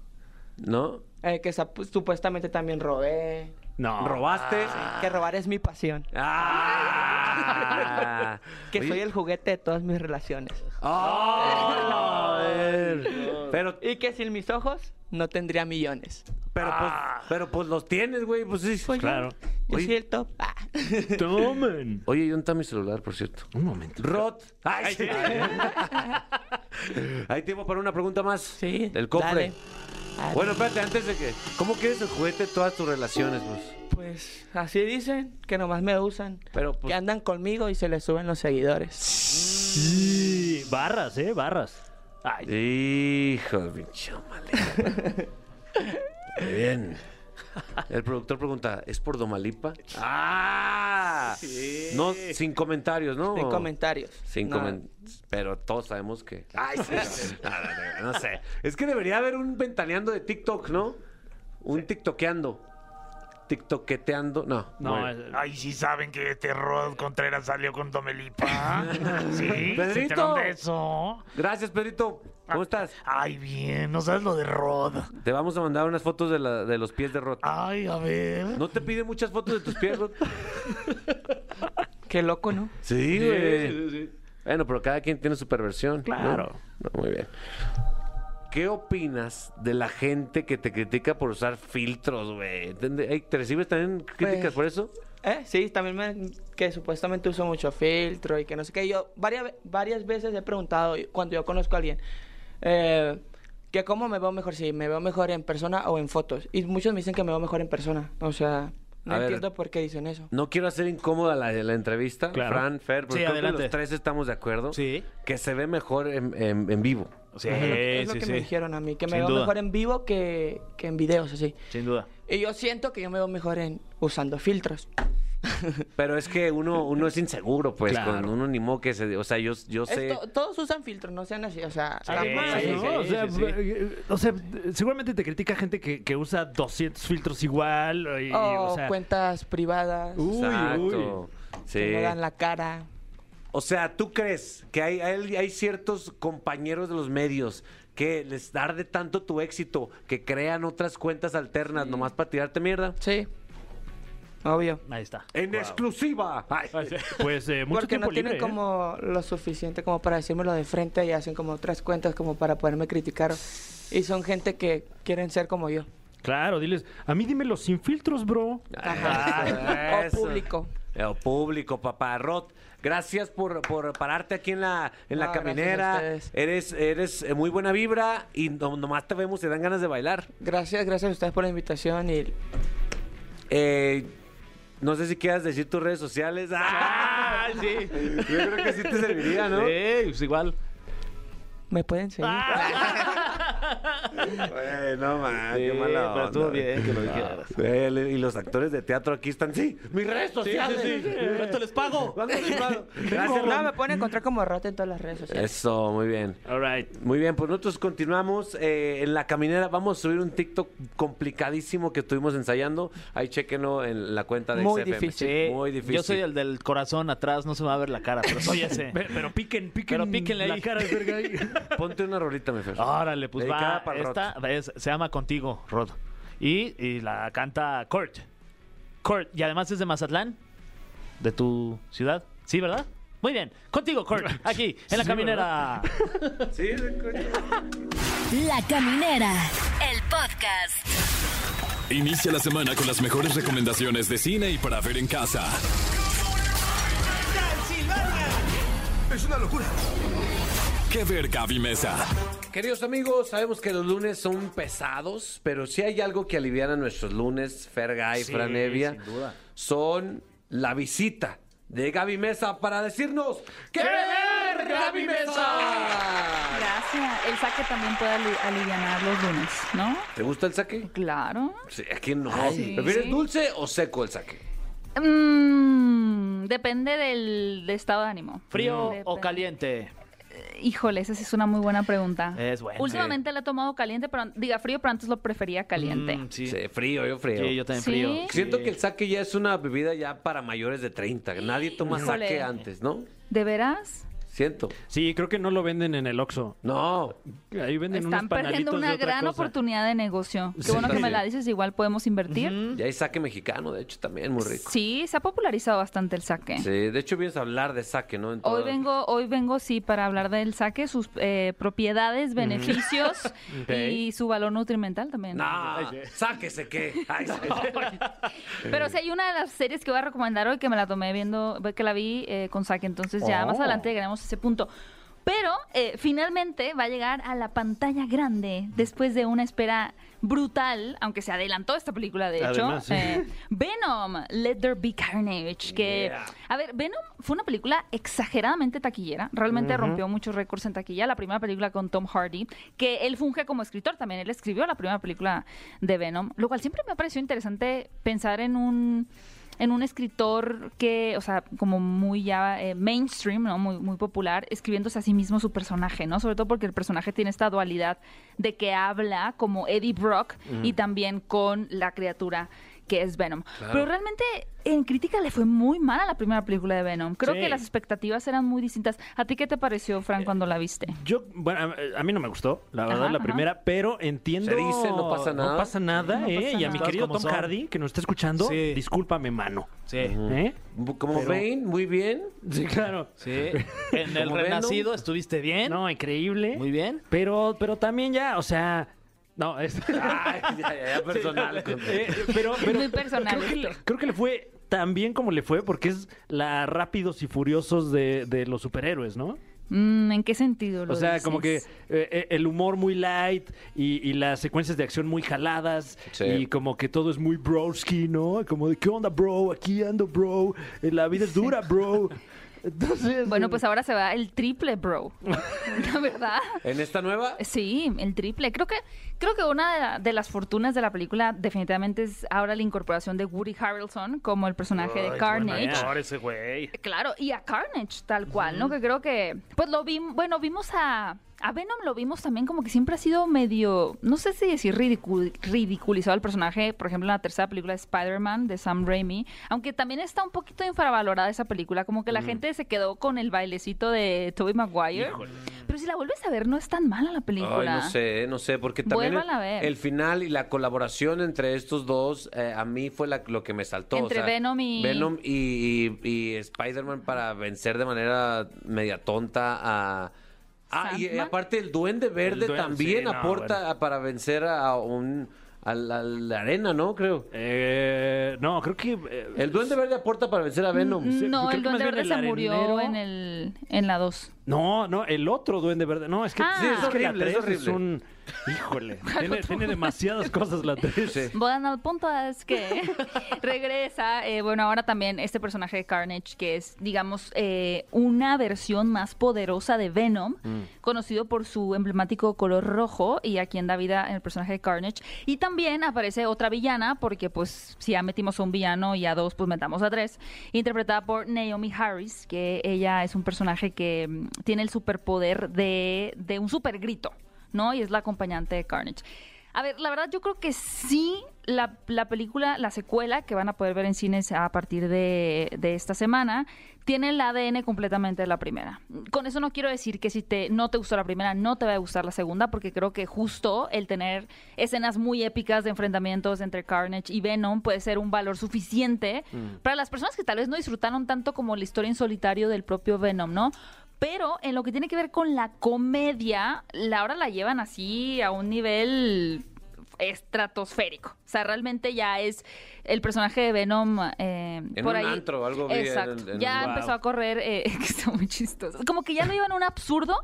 S2: ¿No?
S8: eh, que sa- supuestamente pues, también robé.
S5: No. Ah,
S2: ¿Robaste?
S8: Que robar es mi pasión.
S2: Ah.
S8: Que
S2: Oye,
S8: soy el juguete de todas mis relaciones.
S2: ¡Ah! A ver. Pero,
S8: Y que sin mis ojos no tendría millones.
S2: pero, pues, pero pues los tienes, güey. Pues sí.
S8: Pues yo-
S5: Claro.
S8: Yo
S2: Oye.
S8: soy el top. Ah. <laughs>
S5: Tomen.
S2: Oye, ¿y dónde está mi celular, por cierto?
S5: Un momento.
S2: Rod. Ay, sí. Hay tiempo para una pregunta más.
S8: Sí,
S2: Del cofre.
S8: dale. Ah,
S2: Bueno, espérate, antes de que. ¿Cómo quieres el juguete de todas tus relaciones, pues?
S8: Pues así dicen, que nomás me usan.
S2: Pero, pues-
S8: Que andan conmigo y se les suben los seguidores.
S5: Sí, Barras, ¿eh? Barras. Ay,
S2: Hijo de pinche maleta. Muy bien. El productor pregunta, ¿es por Domalipa? ¡Ah! No, sin comentarios, ¿no?
S8: Sin comentarios.
S2: Sin
S8: No,
S2: comen- Pero todos sabemos que. Ay, <laughs> sí. no, no, no, no sé. Es que debería haber un ventaneando de TikTok, ¿no? Un TikTokeando. TikToketeando. No.
S5: no,
S2: bueno.
S5: es-
S9: Ay, sí saben que este Rod Contreras salió con Domelipa. ¿Sí?
S2: Pedrito.
S9: ¿Se enteraron de eso? Ah,
S2: Gracias, Pedrito. ¿Cómo estás?
S9: Ay, bien, no sabes lo de Rod.
S2: Te vamos a mandar unas fotos de, la- de los pies de Rod.
S9: Ay, a ver.
S2: ¿No te pide muchas fotos de tus pies, Rod?
S8: Qué loco, ¿no?
S2: Sí, güey. Bueno, pero cada quien tiene su perversión. ¿no?
S5: Claro.
S2: No, muy bien. ¿Qué opinas de la gente que te critica por usar filtros, güey? ¿Entiende- Ey, ¿Te recibes también críticas
S8: Pues-
S2: por eso?
S8: Eh, sí, también me, que supuestamente uso mucho filtro y que no sé qué. Yo varias, ve- varias veces he preguntado y- cuando yo conozco a alguien eh, que cómo me veo mejor, si me veo mejor en persona o en fotos. Y muchos me dicen que me veo mejor en persona. O sea, no
S2: A ver.
S8: entiendo por qué dicen eso.
S2: No quiero hacer incómoda la, la entrevista,
S5: Claro.
S2: Fran, Fer, porque
S3: Sí,
S2: creo que
S3: adelante.
S2: los tres estamos de acuerdo
S3: Sí.
S2: que se ve mejor en, en- en vivo.
S3: <laughs> Sí,
S8: es lo, que- es lo
S3: sí,
S8: que
S3: sí.
S8: me dijeron a mí, que me
S3: Sin
S8: veo
S3: duda.
S8: mejor en vivo que, que en videos, así.
S3: Sin duda.
S8: Y yo siento que yo me veo mejor en usando filtros.
S2: Pero es que uno, uno es inseguro, pues,
S5: Claro.
S2: con uno ni modo que se... O sea, yo, yo sé...
S8: Esto- todos usan filtros, no sean así, o sea,
S5: Además,
S3: sí,
S5: ¿no?
S3: sí,
S5: o,
S3: sí,
S5: sea,
S3: sí.
S5: eh, o sea, seguramente te critica gente que, que usa 200 filtros igual. eh, Y, y,
S8: o
S5: o sea,
S8: cuentas privadas,
S5: Uy,
S2: Exacto.
S8: que
S2: Uh, Sí.
S8: no dan la cara.
S2: O sea, ¿tú crees que hay, hay, hay ciertos compañeros de los medios que les arde tanto tu éxito que crean otras cuentas alternas nomás para tirarte mierda?
S8: Sí. Obvio.
S3: Ahí está.
S2: ¡En exclusiva! Ay.
S5: Pues eh, mucho
S8: Porque
S5: tiempo
S8: no
S5: libre.
S8: tienen
S5: ¿eh?
S8: como lo suficiente como para decírmelo de frente y hacen como otras cuentas como para poderme criticar. Y son gente que quieren ser como yo.
S5: Claro, diles, a mí dímelo sin filtros, bro.
S2: Ajá.
S8: O público.
S2: Ah, Eh, O público, papá. Rod, gracias por, por pararte aquí en la, en la
S8: No, gracias a
S2: caminera.
S8: ustedes.
S2: Eres, eres eh, muy buena vibra y no- nomás te vemos y dan ganas de bailar.
S8: Gracias, gracias a ustedes por la invitación y
S2: Eh, no sé si quieras decir tus redes sociales. ¡Ah!
S3: sí.
S2: Yo creo que sí te serviría, ¿no?
S3: Sí, pues igual.
S8: me
S3: <laughs>
S8: pueden seguir.
S5: Ah,
S2: Güey, no man, qué
S3: Sí,
S2: mala
S3: pero
S2: onda.
S3: estuvo bien que lo dijeras.
S2: Güey, le- y los actores de teatro aquí están, sí, mis redes sociales.
S3: ¿Cuánto <laughs> les pago?
S2: ¿Cuánto les pago? Gracias,
S8: No, me
S2: Ram.
S8: pueden encontrar como Rata en todas las redes sociales.
S2: Eso, muy bien.
S5: All right.
S2: Muy bien, pues nosotros continuamos eh, en la caminera. Vamos a subir un TikTok complicadísimo que estuvimos ensayando. Ahí chequenlo en la cuenta de
S8: Muy
S2: XFM.
S8: difícil.
S2: Muy difícil.
S3: Eh, Yo soy el del corazón atrás, no se me va a ver la cara, pero soy
S5: <laughs>
S3: ese.
S5: Pe- Pero piquen, piquen.
S3: Pero píquenle
S5: la
S3: ahí.
S5: cara, verga. ahí.
S2: Ponte una rolita, mi Fer.
S3: <laughs> Órale, pues
S2: Dedicada
S3: va.
S2: para el
S3: Esta es- se llama Contigo, Rod. Y, y la canta Kurt. Kurt, y además es de Mazatlán, de tu ciudad. Sí, ¿verdad? Muy bien, contigo,
S5: <laughs>
S3: Kurt, aquí, en la
S5: Sí,
S3: caminera.
S2: Sí,
S6: La Caminera, el podcast.
S1: Inicia la semana con las mejores recomendaciones de cine y para ver en casa.
S9: Es una locura.
S1: ¿Qué ver, Gaby Mesa?
S2: Queridos amigos, sabemos que los lunes son pesados, pero si hay algo que aliviana nuestros lunes, Ferga y
S3: Sí,
S2: Fran Evia,
S3: sin duda.
S2: son la visita de Gaby Mesa para decirnos ¡Qué ver, Gaby Mesa!
S10: Gracias. El saque también puede ali- alivianar los lunes, ¿no?
S2: ¿Te gusta el saque?
S10: Claro.
S2: Sí, aquí no.
S10: sí,
S2: ¿Prefieres
S10: sí.
S2: dulce o seco el saque?
S10: Mm, depende del, del estado de ánimo.
S3: ¿Frío o
S10: Depende.
S3: caliente?
S10: Híjole, esa sí es una muy buena pregunta.
S3: Es buena.
S10: Últimamente la he tomado caliente, pero diga frío, pero antes lo prefería caliente.
S3: Mm, sí.
S2: Sí, frío, yo frío.
S3: Sí, yo también
S10: Sí.
S3: frío.
S2: Siento
S3: Sí.
S2: que el saque ya es una bebida ya para mayores de 30. Nadie toma
S10: Híjole.
S2: saque antes, ¿no?
S10: ¿De veras?
S2: Siento.
S5: Sí, creo que no lo venden en el Oxxo.
S2: No.
S5: Ahí venden
S10: Están
S5: unos
S10: perdiendo
S5: panalitos
S10: una
S5: de otra
S10: gran
S5: cosa.
S10: oportunidad de negocio. Qué
S2: Sí.
S10: bueno que me la dices, igual podemos invertir.
S2: Y hay saque mexicano, de hecho, también muy rico.
S10: Sí, se ha popularizado bastante el saque.
S2: Sí, de hecho vienes a hablar de saque, ¿no? En
S10: Hoy
S2: toda-
S10: vengo, hoy vengo sí para hablar del saque, sus eh, propiedades, beneficios
S2: Ok.
S10: y su valor nutrimental también.
S2: No, sáquese
S10: <laughs>
S2: qué. Ay, sí.
S10: Pero sí hay una de las series que voy a recomendar hoy que me la tomé viendo, que la vi eh, con saque, entonces ya
S11: Oh.
S10: más adelante llegaremos a ese punto. Pero eh, finalmente va a llegar a la pantalla grande después de una espera brutal, aunque se adelantó esta película de hecho.
S11: Además, sí.
S10: Eh, Venom, Let There Be Carnage, que...
S11: Yeah.
S10: A ver, Venom fue una película exageradamente taquillera, realmente
S11: Ujú.
S10: rompió muchos récords en taquilla, la primera película con Tom Hardy, que él funge como escritor también, él escribió la primera película de Venom, lo cual siempre me ha parecido interesante pensar en un en un escritor que, o sea, como muy ya eh, mainstream, ¿no? Muy, muy popular, escribiéndose a sí mismo su personaje, ¿no? Sobre todo porque el personaje tiene esta dualidad de que habla como Eddie Brock
S11: Ujú.
S10: y también con la criatura que es Venom.
S11: Claro.
S10: Pero realmente en crítica le fue muy mal a la primera película de Venom. Creo
S5: Sí.
S10: que las expectativas eran muy distintas. ¿A ti qué te pareció, Fran, cuando la viste?
S5: Yo, bueno, a- a mí no me gustó, la verdad,
S10: Ajá,
S5: la
S10: ajá.
S5: primera, pero entiendo.
S2: Se dice, no pasa nada.
S5: No pasa nada,
S2: No
S5: ¿eh?
S2: pasa
S5: y a
S2: nada.
S5: mi querido
S2: Como
S5: Tom
S2: son. Mm.
S5: Hardy, que nos está escuchando, discúlpame, mano.
S3: Sí.
S5: ¿Eh?
S2: Como
S5: Pero-
S2: Bane, muy <laughs> bien.
S5: Sí, claro. <laughs>
S3: Sí. En el
S5: Como
S3: renacido
S5: Venom.
S3: estuviste bien.
S5: No, increíble.
S3: Muy bien.
S5: Pero, pero también ya, o sea. No,
S9: <laughs>
S5: es.
S9: Ah,
S5: <laughs>
S2: Ya, ya, ya, personal.
S5: Eh,
S10: <laughs>
S5: pero, pero
S10: muy personal.
S5: creo, que
S10: esto.
S5: le, creo que le fue tan bien como le fue, porque es la rápidos y furiosos de, de los superhéroes, ¿no?
S10: Mm, ¿En qué sentido lo
S5: O sea,
S10: dices?
S5: como que eh, eh, el humor muy light y, y las secuencias de acción muy jaladas
S2: Sí.
S5: y como que todo es muy broski, ¿no? Como de, ¿qué onda, bro? Aquí ando, bro. Eh, La vida es dura,
S10: <laughs>
S5: bro. Entonces...
S10: Bueno, pues ahora se va el
S5: <laughs>
S10: triple, bro. La verdad.
S2: ¿En esta nueva?
S10: Sí, el triple. Creo que creo que una de, la- de las fortunas de la película definitivamente es ahora la incorporación de Woody Harrelson como el personaje de Carnage.
S9: ese güey.
S10: Claro, y a Carnage tal cual, ¿no? Que creo que, pues lo vimos, bueno, vimos a, a Venom, lo vimos también como que siempre ha sido medio, no sé si decir ridicu- ridiculizado el personaje, por ejemplo, en la tercera película de Spider-Man de Sam Raimi, aunque también está un poquito infravalorada esa película, como que la
S11: Mm.
S10: gente se quedó con el bailecito de Tobey Maguire, pero si la vuelves a ver no es tan mala la
S2: Ay,
S10: película.
S2: no sé, eh, no sé, porque también el,
S10: Vuélvala a ver.
S2: el final y la colaboración entre estos dos eh, a mí fue la- lo que me saltó.
S10: Entre Venom y-
S2: Venom y, y- y Spider-Man para vencer de manera media tonta a... Ah, y eh,
S1: ¿Sandman?
S2: aparte el Duende Verde
S1: El Duende-
S2: también
S1: sí, no,
S2: aporta
S1: bueno.
S2: a- para vencer a un... A la, a la arena, ¿no? Creo.
S5: Eh, no, creo que...
S2: el Duende Verde aporta para vencer
S10: Mm,
S2: a Venom.
S10: No, el Duende Verde se murió
S5: arenero.
S10: en, el, en la 2.
S5: No, no, el otro duende verde. No, es que,
S10: Ah. Sí, es
S5: es que la
S2: horrible, es
S5: 3 es,
S2: horrible. <laughs>
S5: un... Híjole, <laughs> tiene, tiene demasiadas cosas la 3.
S10: Bueno, el punto es que regresa, eh, bueno, ahora también este personaje de Carnage, que es, digamos, eh, una versión más poderosa de Venom, conocido por su emblemático color rojo, y a quien da vida el personaje de Carnage. Y también aparece otra villana, porque pues si ya metimos a un villano y a dos, pues metamos a tres, interpretada por Naomi Harris, que ella es un personaje que mm, tiene el superpoder de, de un supergrito, ¿no? Y es la acompañante de Carnage. A ver, la verdad yo creo que sí, la, la película, la secuela que van a poder ver en cines a partir de, de esta semana, tiene el ADN completamente de la primera. Con eso no quiero decir que si te, no te gustó la primera, no te va a gustar la segunda, porque creo que justo el tener escenas muy épicas de enfrentamientos entre Carnage y Venom puede ser un valor suficiente
S11: Mm.
S10: para las personas que tal vez no disfrutaron tanto como la historia en solitario del propio Venom, ¿no? Pero en lo que tiene que ver con la comedia, la hora la llevan así a un nivel estratosférico. O sea, realmente ya es el personaje de Venom eh,
S2: En
S10: por
S2: un
S10: ahí.
S2: antro, algo vi en-
S10: Exacto.
S2: en-
S10: ya
S2: wow.
S10: empezó a correr, eh, <laughs> que está muy chistoso. Como que ya lo llevan a un absurdo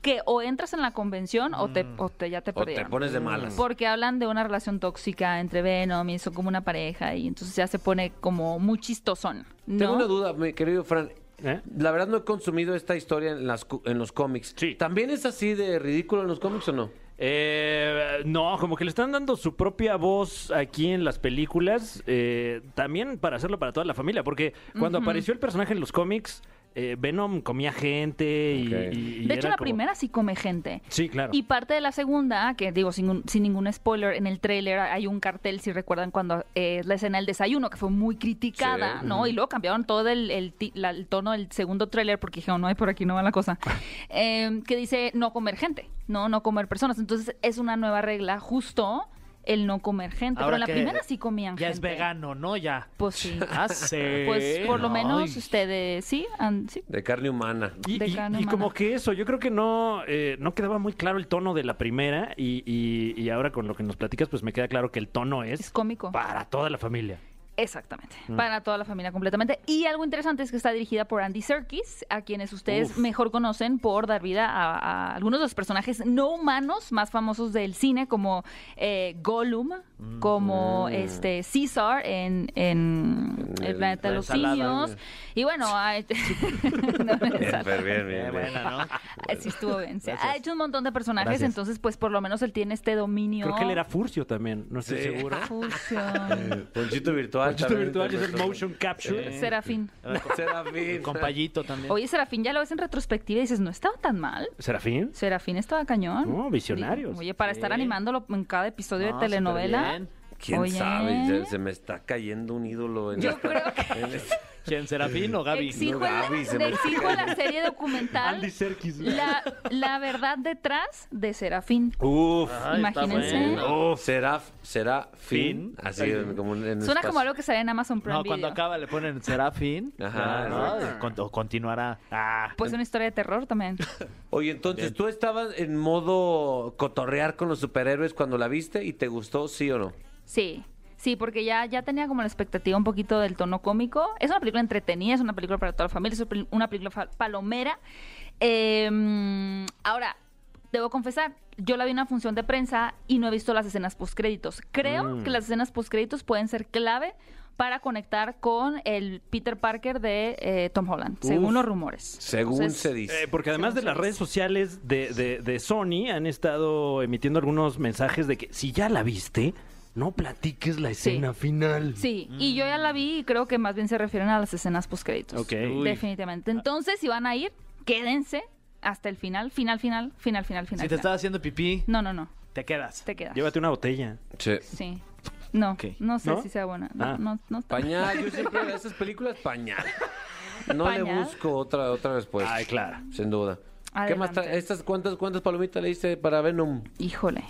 S10: que o entras en la convención o te, o te- ya te
S2: Mm. O
S10: perdieron. Mm.
S2: te pones de malas.
S10: Porque hablan de una relación tóxica entre Venom y son como una pareja y entonces ya se pone como muy chistosón. ¿no?
S2: Tengo una duda, mi querido Fran.
S5: ¿Eh?
S2: La verdad no he consumido esta historia en, las, cu- en los cómics. ¿También es así de ridículo en los cómics o no?
S5: Eh, no, como que le están dando su propia voz aquí en las películas, eh, también para hacerlo para toda la familia, porque cuando
S2: Ujú.
S5: apareció el personaje en los cómics, eh, Venom comía gente y,
S2: Ok.
S5: y- y
S10: De hecho,
S5: era
S10: la
S5: como-
S10: primera sí come gente.
S5: Sí, claro.
S10: Y parte de la segunda, que digo sin, un- sin ningún spoiler, en el tráiler hay un cartel, si recuerdan, cuando eh, la escena del desayuno, que fue muy criticada,
S11: Sí.
S10: ¿no? Y luego cambiaron todo el, el ti- la- el tono del segundo tráiler porque dijeron, no, ay, por aquí no va
S3: <laughs>
S10: la cosa, Eh, que dice no comer gente, ¿no? No comer personas. Entonces es una nueva regla justo el no comer gente. Pero
S3: Ahora
S10: en la
S3: que
S10: primera sí comían
S3: Ya
S10: gente.
S3: es vegano, ¿no? Ya.
S10: Pues sí.
S3: <laughs> Ah, sí.
S10: Pues por lo
S3: Ay.
S10: menos ustedes sí, han- sí.
S2: De carne humana.
S5: Y,
S10: de
S5: y-
S10: carne
S5: y
S10: humana.
S5: como que eso, yo creo que no, eh, no quedaba muy claro el tono de la primera y, y- y ahora con lo que nos platicas, pues me queda claro que el tono
S10: Es
S5: es
S10: cómico.
S5: para toda la familia.
S10: Exactamente,
S5: Mm.
S10: para toda la familia completamente. Y algo interesante es que está dirigida por Andy Serkis, a quienes ustedes
S5: Uf.
S10: mejor conocen por dar vida a, a algunos de los personajes no humanos más famosos del cine, como eh, Gollum, como este Caesar en, en el,
S2: el-
S10: planeta de
S2: la
S10: los
S2: ensalada.
S10: simios. Y bueno, ha hecho- <laughs> no, no,
S2: Súper bien,
S10: Eh,
S2: bien, bien.
S10: sí estuvo bien. Sí, Ha
S5: Gracias.
S10: hecho un montón de personajes,
S5: Gracias.
S10: entonces pues por lo menos él tiene este dominio.
S5: Creo que él era Furcio también, no estoy
S2: Sí.
S5: seguro. <laughs>
S10: Fusión.
S2: Eh, Ponchito virtual.
S5: Ponchito
S2: también.
S5: virtual es el motion capture.
S10: Serafín.
S2: Serafín.
S3: Con payito también.
S10: Oye, Serafín, ya lo ves en retrospectiva y dices, no estaba tan mal.
S5: Eh, ¿Serafín?
S10: Serafín estaba cañón.
S5: No, visionarios.
S10: Oye, para estar
S5: Sí.
S10: animándolo en cada episodio
S3: No,
S10: de telenovela.
S3: superbién.
S2: ¿Quién
S10: Oye.
S2: sabe? Ya se me está cayendo un ídolo en
S10: Yo creo que
S2: en este-
S3: ¿Quién? ¿Serafín o Gaby?
S10: exijo,
S2: No,
S10: en la-
S2: Gaby, se
S10: le
S2: me-
S10: exijo en la serie documental
S5: Andy Serkis.
S10: la, la verdad detrás de Serafín.
S2: Uf.
S3: Ay, está
S10: Imagínense.
S3: bueno.
S2: Uf. Será, será fin.
S3: Fin.
S2: Así en- como en en
S10: Suena
S2: espacio.
S10: como algo que sale en Amazon Prime
S3: No, cuando
S10: Video.
S3: acaba le ponen Serafín.
S2: Ajá,
S3: Ah,
S2: exacto.
S3: y con- o continuará. Ah.
S10: Pues una historia de terror también.
S2: Oye, entonces, ¿tú estabas en modo cotorrear con los superhéroes cuando la viste y te gustó, sí o no?
S10: Sí, sí, porque ya, ya tenía como la expectativa un poquito del tono cómico. Es una película entretenida, es una película para toda la familia, es una pel- una película fa- palomera. Eh, ahora, debo confesar, yo la vi en una función de prensa y no he visto las escenas postcréditos. Creo
S5: Mm.
S10: que las escenas postcréditos pueden ser clave para conectar con el Peter Parker de eh, Tom Holland, según los rumores.
S2: Según
S10: Entonces,
S2: se dice.
S5: Eh, porque además de las redes sociales de, de- de Sony han estado emitiendo algunos mensajes de que si ya la viste, no platiques la escena final.
S10: Sí, y yo ya la vi y creo que más bien se refieren a las escenas postcréditos.
S5: Ok. Uy.
S10: Definitivamente. Entonces, si van a ir, quédense hasta el final, final, final, final, final, final.
S3: Si te
S10: final.
S3: estás haciendo pipí,
S10: No, no, no,
S3: te quedas.
S10: te quedas.
S5: Llévate una botella.
S2: Sí.
S10: Sí. No,
S3: Ok.
S10: no sé
S5: ¿No?
S10: si sea buena. No,
S5: Ah.
S10: no, no está-
S2: Pañal,
S10: <laughs>
S2: yo siempre veo esas películas pañal. No le
S10: Pañal.
S2: busco otra otra respuesta.
S5: Ay, claro.
S2: Sin duda. ¿Qué más
S10: Adelante.
S2: tra- estas cuántas cuántas palomitas le diste para Venom?
S10: Híjole.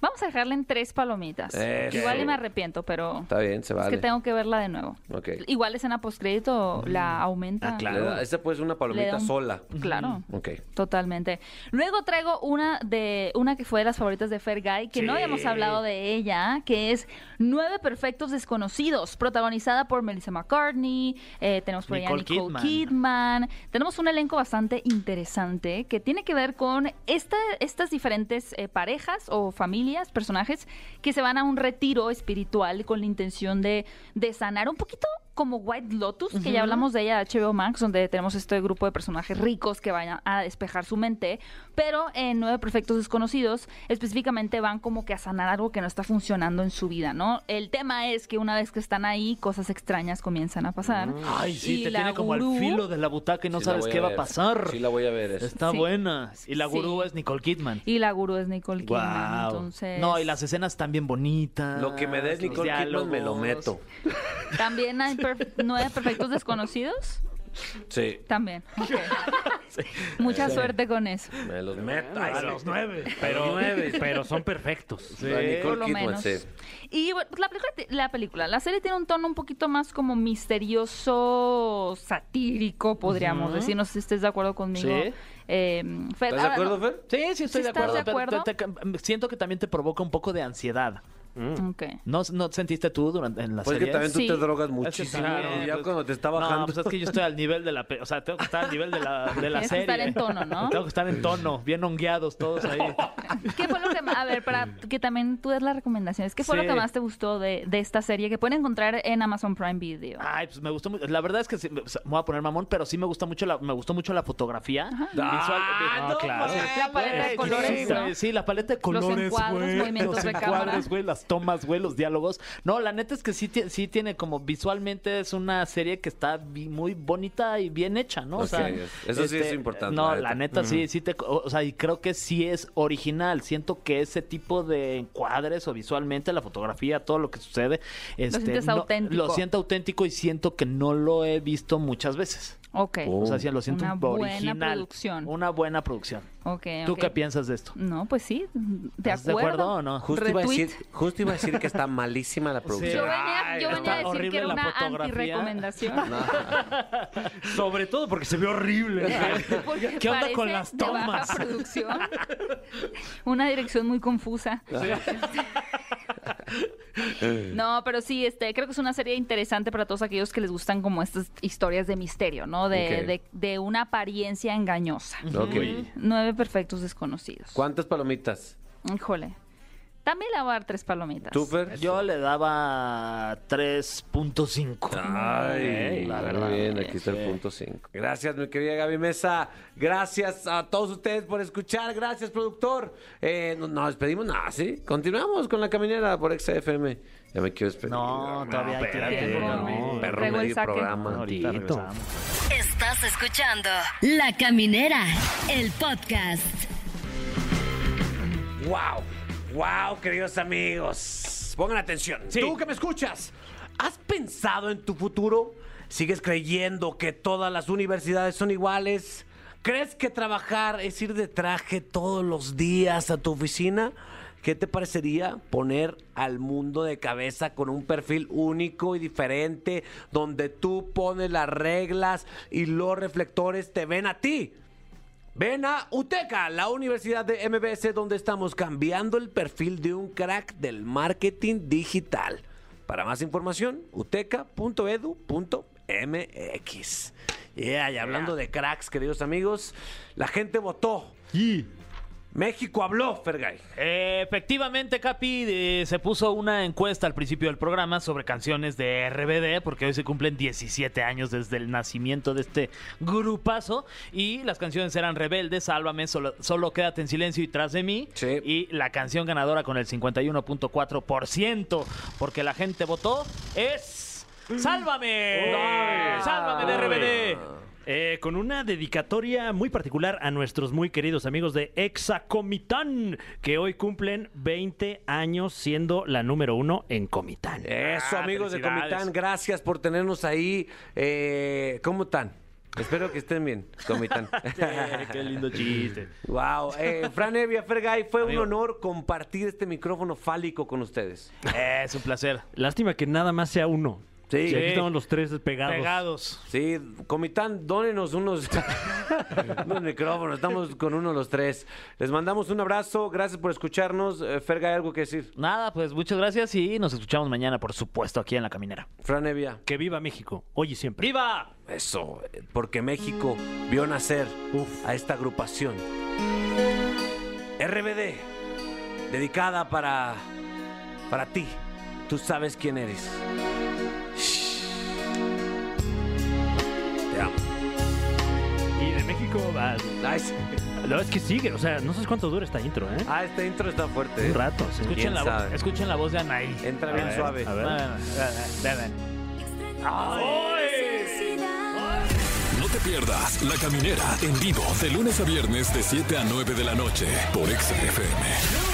S10: Vamos a dejarle en tres palomitas.
S2: Eso.
S10: Igual y me arrepiento, pero
S2: Está bien, se
S10: es
S2: vale.
S10: que tengo que verla de nuevo.
S2: Ok.
S10: Igual escena postcrédito la aumenta.
S5: Ah,
S2: Le
S5: claro.
S2: da- esa puede ser una
S10: Le da
S2: palomita
S10: un-
S2: sola.
S10: Claro.
S2: Ok.
S10: Totalmente. Luego traigo una de una que fue de las favoritas de Fergay, que no
S5: Sí.
S10: habíamos hablado de ella, que es Nueve Perfectos Desconocidos, protagonizada por Melissa McCartney, eh, tenemos por
S3: Nicole
S10: allá Nicole Kidman.
S3: Kidman.
S10: tenemos un elenco bastante interesante que tiene que ver con esta, estas diferentes eh, parejas o familias, personajes, que se van a un retiro espiritual con la intención de, de sanar un poquito como White Lotus, que ya hablamos de ella de HBO Max, donde tenemos este grupo de personajes ricos que van a- a despejar su mente, pero en Nueve Perfectos Desconocidos específicamente van como que a sanar algo que no está funcionando en su vida, ¿no? El tema es que una vez que están ahí, cosas extrañas comienzan a pasar.
S3: Ay, sí,
S10: Y
S3: te
S10: la
S3: tiene como al
S10: gurú-
S3: filo de la butaca y no
S2: Sí la
S3: sabes
S2: voy
S3: qué va a
S2: ver.
S3: pasar.
S2: Sí la voy a ver. esa.
S3: Está
S10: Sí.
S3: buena. Y la
S10: Sí.
S3: gurú es Nicole Kidman.
S10: Y la gurú es Nicole Kidman,
S3: Guau.
S10: entonces...
S3: No, y las escenas están bien bonitas.
S2: Lo que me des
S3: los
S2: Nicole Kidman me lo
S3: diálogos.
S2: meto.
S10: También hay
S2: <laughs>
S10: perf- nueve perfectos desconocidos.
S2: Sí. <laughs>
S10: También. ok. Mucha suerte con eso.
S2: Me los meto. Ay, sí.
S5: nueve. Pero,
S2: nueve.
S5: pero son perfectos.
S2: La
S10: por
S2: Nicole
S10: lo
S2: Kidman,
S10: menos.
S2: sí.
S10: Y bueno, pues, la película, ti- la película, la serie tiene un tono un poquito más como misterioso, satírico, podríamos decir. No sé si estés de acuerdo conmigo.
S3: Sí.
S10: eh, Fer.
S2: ¿Estás de
S10: Ahora,
S2: acuerdo,
S10: no-
S2: Fer?
S3: Sí, sí, estoy
S10: ¿Sí
S3: de
S10: estás
S3: acuerdo.
S10: de
S3: pero
S10: acuerdo?
S3: te- te- siento que también te provoca un poco de ansiedad.
S10: Mm. Ok.
S3: ¿No, no sentiste tú durante en la
S2: Pues que
S3: serie?
S2: también tú
S10: Sí.
S2: te drogas
S3: Es que
S2: muchísimo.
S3: también,
S2: y ya
S3: pues,
S2: cuando te está bajando.
S3: No, pues es que yo estoy al nivel de la... pe- O sea, tengo que estar al nivel de la, de la
S10: <laughs> Tienes que
S3: serie.
S10: estar en tono, ¿no?
S3: Tengo que estar en tono, bien hongueados todos ahí.
S10: ¿Qué fue lo que más, a ver,
S2: <laughs>
S10: ver, para que también tú des las recomendaciones. ¿Qué fue
S3: Sí.
S10: lo que más te gustó de, de esta serie que pueden encontrar en Amazon Prime Video?
S2: Ah,
S3: Ay, pues me gustó mucho. La verdad es que sí, me o sea, me voy a poner mamón, pero sí me gusta mucho la, me gustó mucho la fotografía. Visual-
S5: Ah, no, mames.
S10: La paleta
S3: Güey,
S10: de colores,
S3: sí,
S10: ¿no?
S3: Sí, la paleta de colores,
S10: encuadres,
S3: güey.
S10: movimientos
S3: Los
S10: de cámara.
S3: encuadres, güey, las tomas, güey, los diálogos. No, la neta es que sí, ti- sí tiene como visualmente es una serie que está bi- muy bonita y bien hecha, ¿no? este,
S2: Ok, eso sí es importante,
S3: No,
S2: la
S3: la
S2: neta.
S3: neta sí, sí te, o sea, y creo que sí es original. Siento que ese tipo de encuadres o visualmente la fotografía, todo lo que sucede, este,
S10: sientes
S3: no-
S10: auténtico.
S3: lo siento auténtico y siento que no lo he visto muchas veces.
S10: Ok.
S3: O sea, sí, lo siento
S10: Oh. Una buena
S3: original.
S10: producción.
S3: Una buena producción.
S10: Ok,
S3: ¿Tú
S10: ok.
S3: qué piensas de esto?
S10: No, pues sí, de
S3: ¿Estás de
S10: acuerdo.
S3: acuerdo o no?
S2: Justo iba, a
S10: Retweet.
S2: decir, justo iba a decir que está malísima la
S10: Yo
S2: producción.
S10: venía, yo
S3: Ay,
S10: venía a
S3: está
S10: decir que
S3: horrible
S10: era
S3: la
S10: una
S3: fotografía. <laughs>
S10: anti-recomendación.
S5: Sobre todo porque se ve horrible.
S10: <laughs> porque
S3: ¿Qué onda con las
S10: parece de baja
S3: tomas?
S10: producción. una dirección muy confusa. No, pero sí, este, creo que es una serie interesante para todos aquellos que les gustan como estas historias de misterio, ¿no? De,
S2: Ok.
S10: de- de una apariencia engañosa.
S2: Ok.
S10: Nueve perfectos desconocidos.
S2: ¿Cuántas palomitas?
S10: Híjole. También le voy a dar tres palomitas.
S2: ¿Tú, Fer?
S3: Yo le daba 3.5.
S2: Ay,
S3: la
S2: muy
S3: verdad.
S2: bien, aquí está el punto 5. Gracias, mi querida Gaby Mesa. Gracias a todos ustedes por escuchar. Gracias, productor. Eh, no- nos despedimos, nada, ¿sí? Continuamos con la caminera por XFM. Ya me quiero despedir.
S3: No, todavía hay tiempo.
S10: no.
S2: Perro
S10: Traigo el
S2: medio
S10: saque.
S2: programa.
S3: Ahorita
S5: Tantito.
S3: regresamos.
S6: Estás escuchando La Caminera, el podcast.
S2: ¡Wow! ¡Wow, queridos amigos! Pongan atención. Tú que me escuchas, ¿has pensado en tu futuro? ¿Sigues creyendo que todas las universidades son iguales? ¿Crees que trabajar es ir de traje todos los días a tu oficina? ¿Qué te parecería poner al mundo de cabeza con un perfil único y diferente donde tú pones las reglas y los reflectores te ven a ti? Ven a UTECA, la universidad de MBS, donde estamos cambiando el perfil de un crack del marketing digital. Para más información, uteca.edu.mx. Yeah, y hablando de cracks, queridos amigos, la gente votó. México habló, Fergay.
S3: Efectivamente, Capi, eh, se puso una encuesta al principio del programa sobre canciones de RBD, porque hoy se cumplen 17 años desde el nacimiento de este grupazo. Y las canciones eran Rebeldes, Sálvame, Solo, Solo Quédate en Silencio y Tras de mí.
S2: Sí.
S3: Y la canción ganadora con el 51.4%, porque la gente votó, es Sálvame. Sálvame de RBD.
S5: Eh, con una dedicatoria muy particular a nuestros muy queridos amigos de Exacomitán, que hoy cumplen 20 años siendo la número uno en Comitán.
S2: Eso,
S3: Ah,
S2: amigos de
S3: felicidades.
S2: Comitán, gracias por tenernos ahí. Eh, ¿Cómo están? Espero que estén bien,
S3: <laughs>
S2: Comitán.
S3: Qué lindo chiste.
S2: Wow, eh, Fran Evia, Fergay, fue
S3: Amigo.
S2: un honor compartir este micrófono fálico con ustedes.
S3: Eh, es un placer.
S5: Lástima que nada más sea uno.
S2: Sí.
S5: Y aquí estamos los tres pegados.
S3: Pegados.
S2: Sí, Comitán, dónenos unos, <laughs> unos micrófonos. Estamos con uno los tres. Les mandamos un abrazo. Gracias por escucharnos. Eh, Ferga, ¿hay algo que decir?
S3: Nada, pues muchas gracias y nos escuchamos mañana, por supuesto, aquí en La Caminera.
S2: Fran Evia.
S5: Que viva México, hoy y siempre.
S3: ¡Viva!
S2: Eso, eh, porque México vio nacer a esta agrupación. RBD, dedicada para, para ti. Tú sabes quién eres. Shh. Te amo.
S5: Y de México va.
S2: Ah, es-
S5: La verdad es que sigue, o sea, no sabes cuánto dura esta intro, ¿eh?
S2: ah, este intro está fuerte.
S5: Un
S2: eh.
S5: rato, sí.
S3: Escuchen
S2: ¿Quién
S3: la, voz,
S2: sabe?
S3: escuchen la voz de Anaí.
S2: Entra
S3: A
S2: bien
S3: ver,
S2: suave. Ah,
S3: A ver. A ver, a ver.
S1: No te pierdas La Caminera en vivo de lunes a viernes de 7 a 9 de la noche por Exa FM.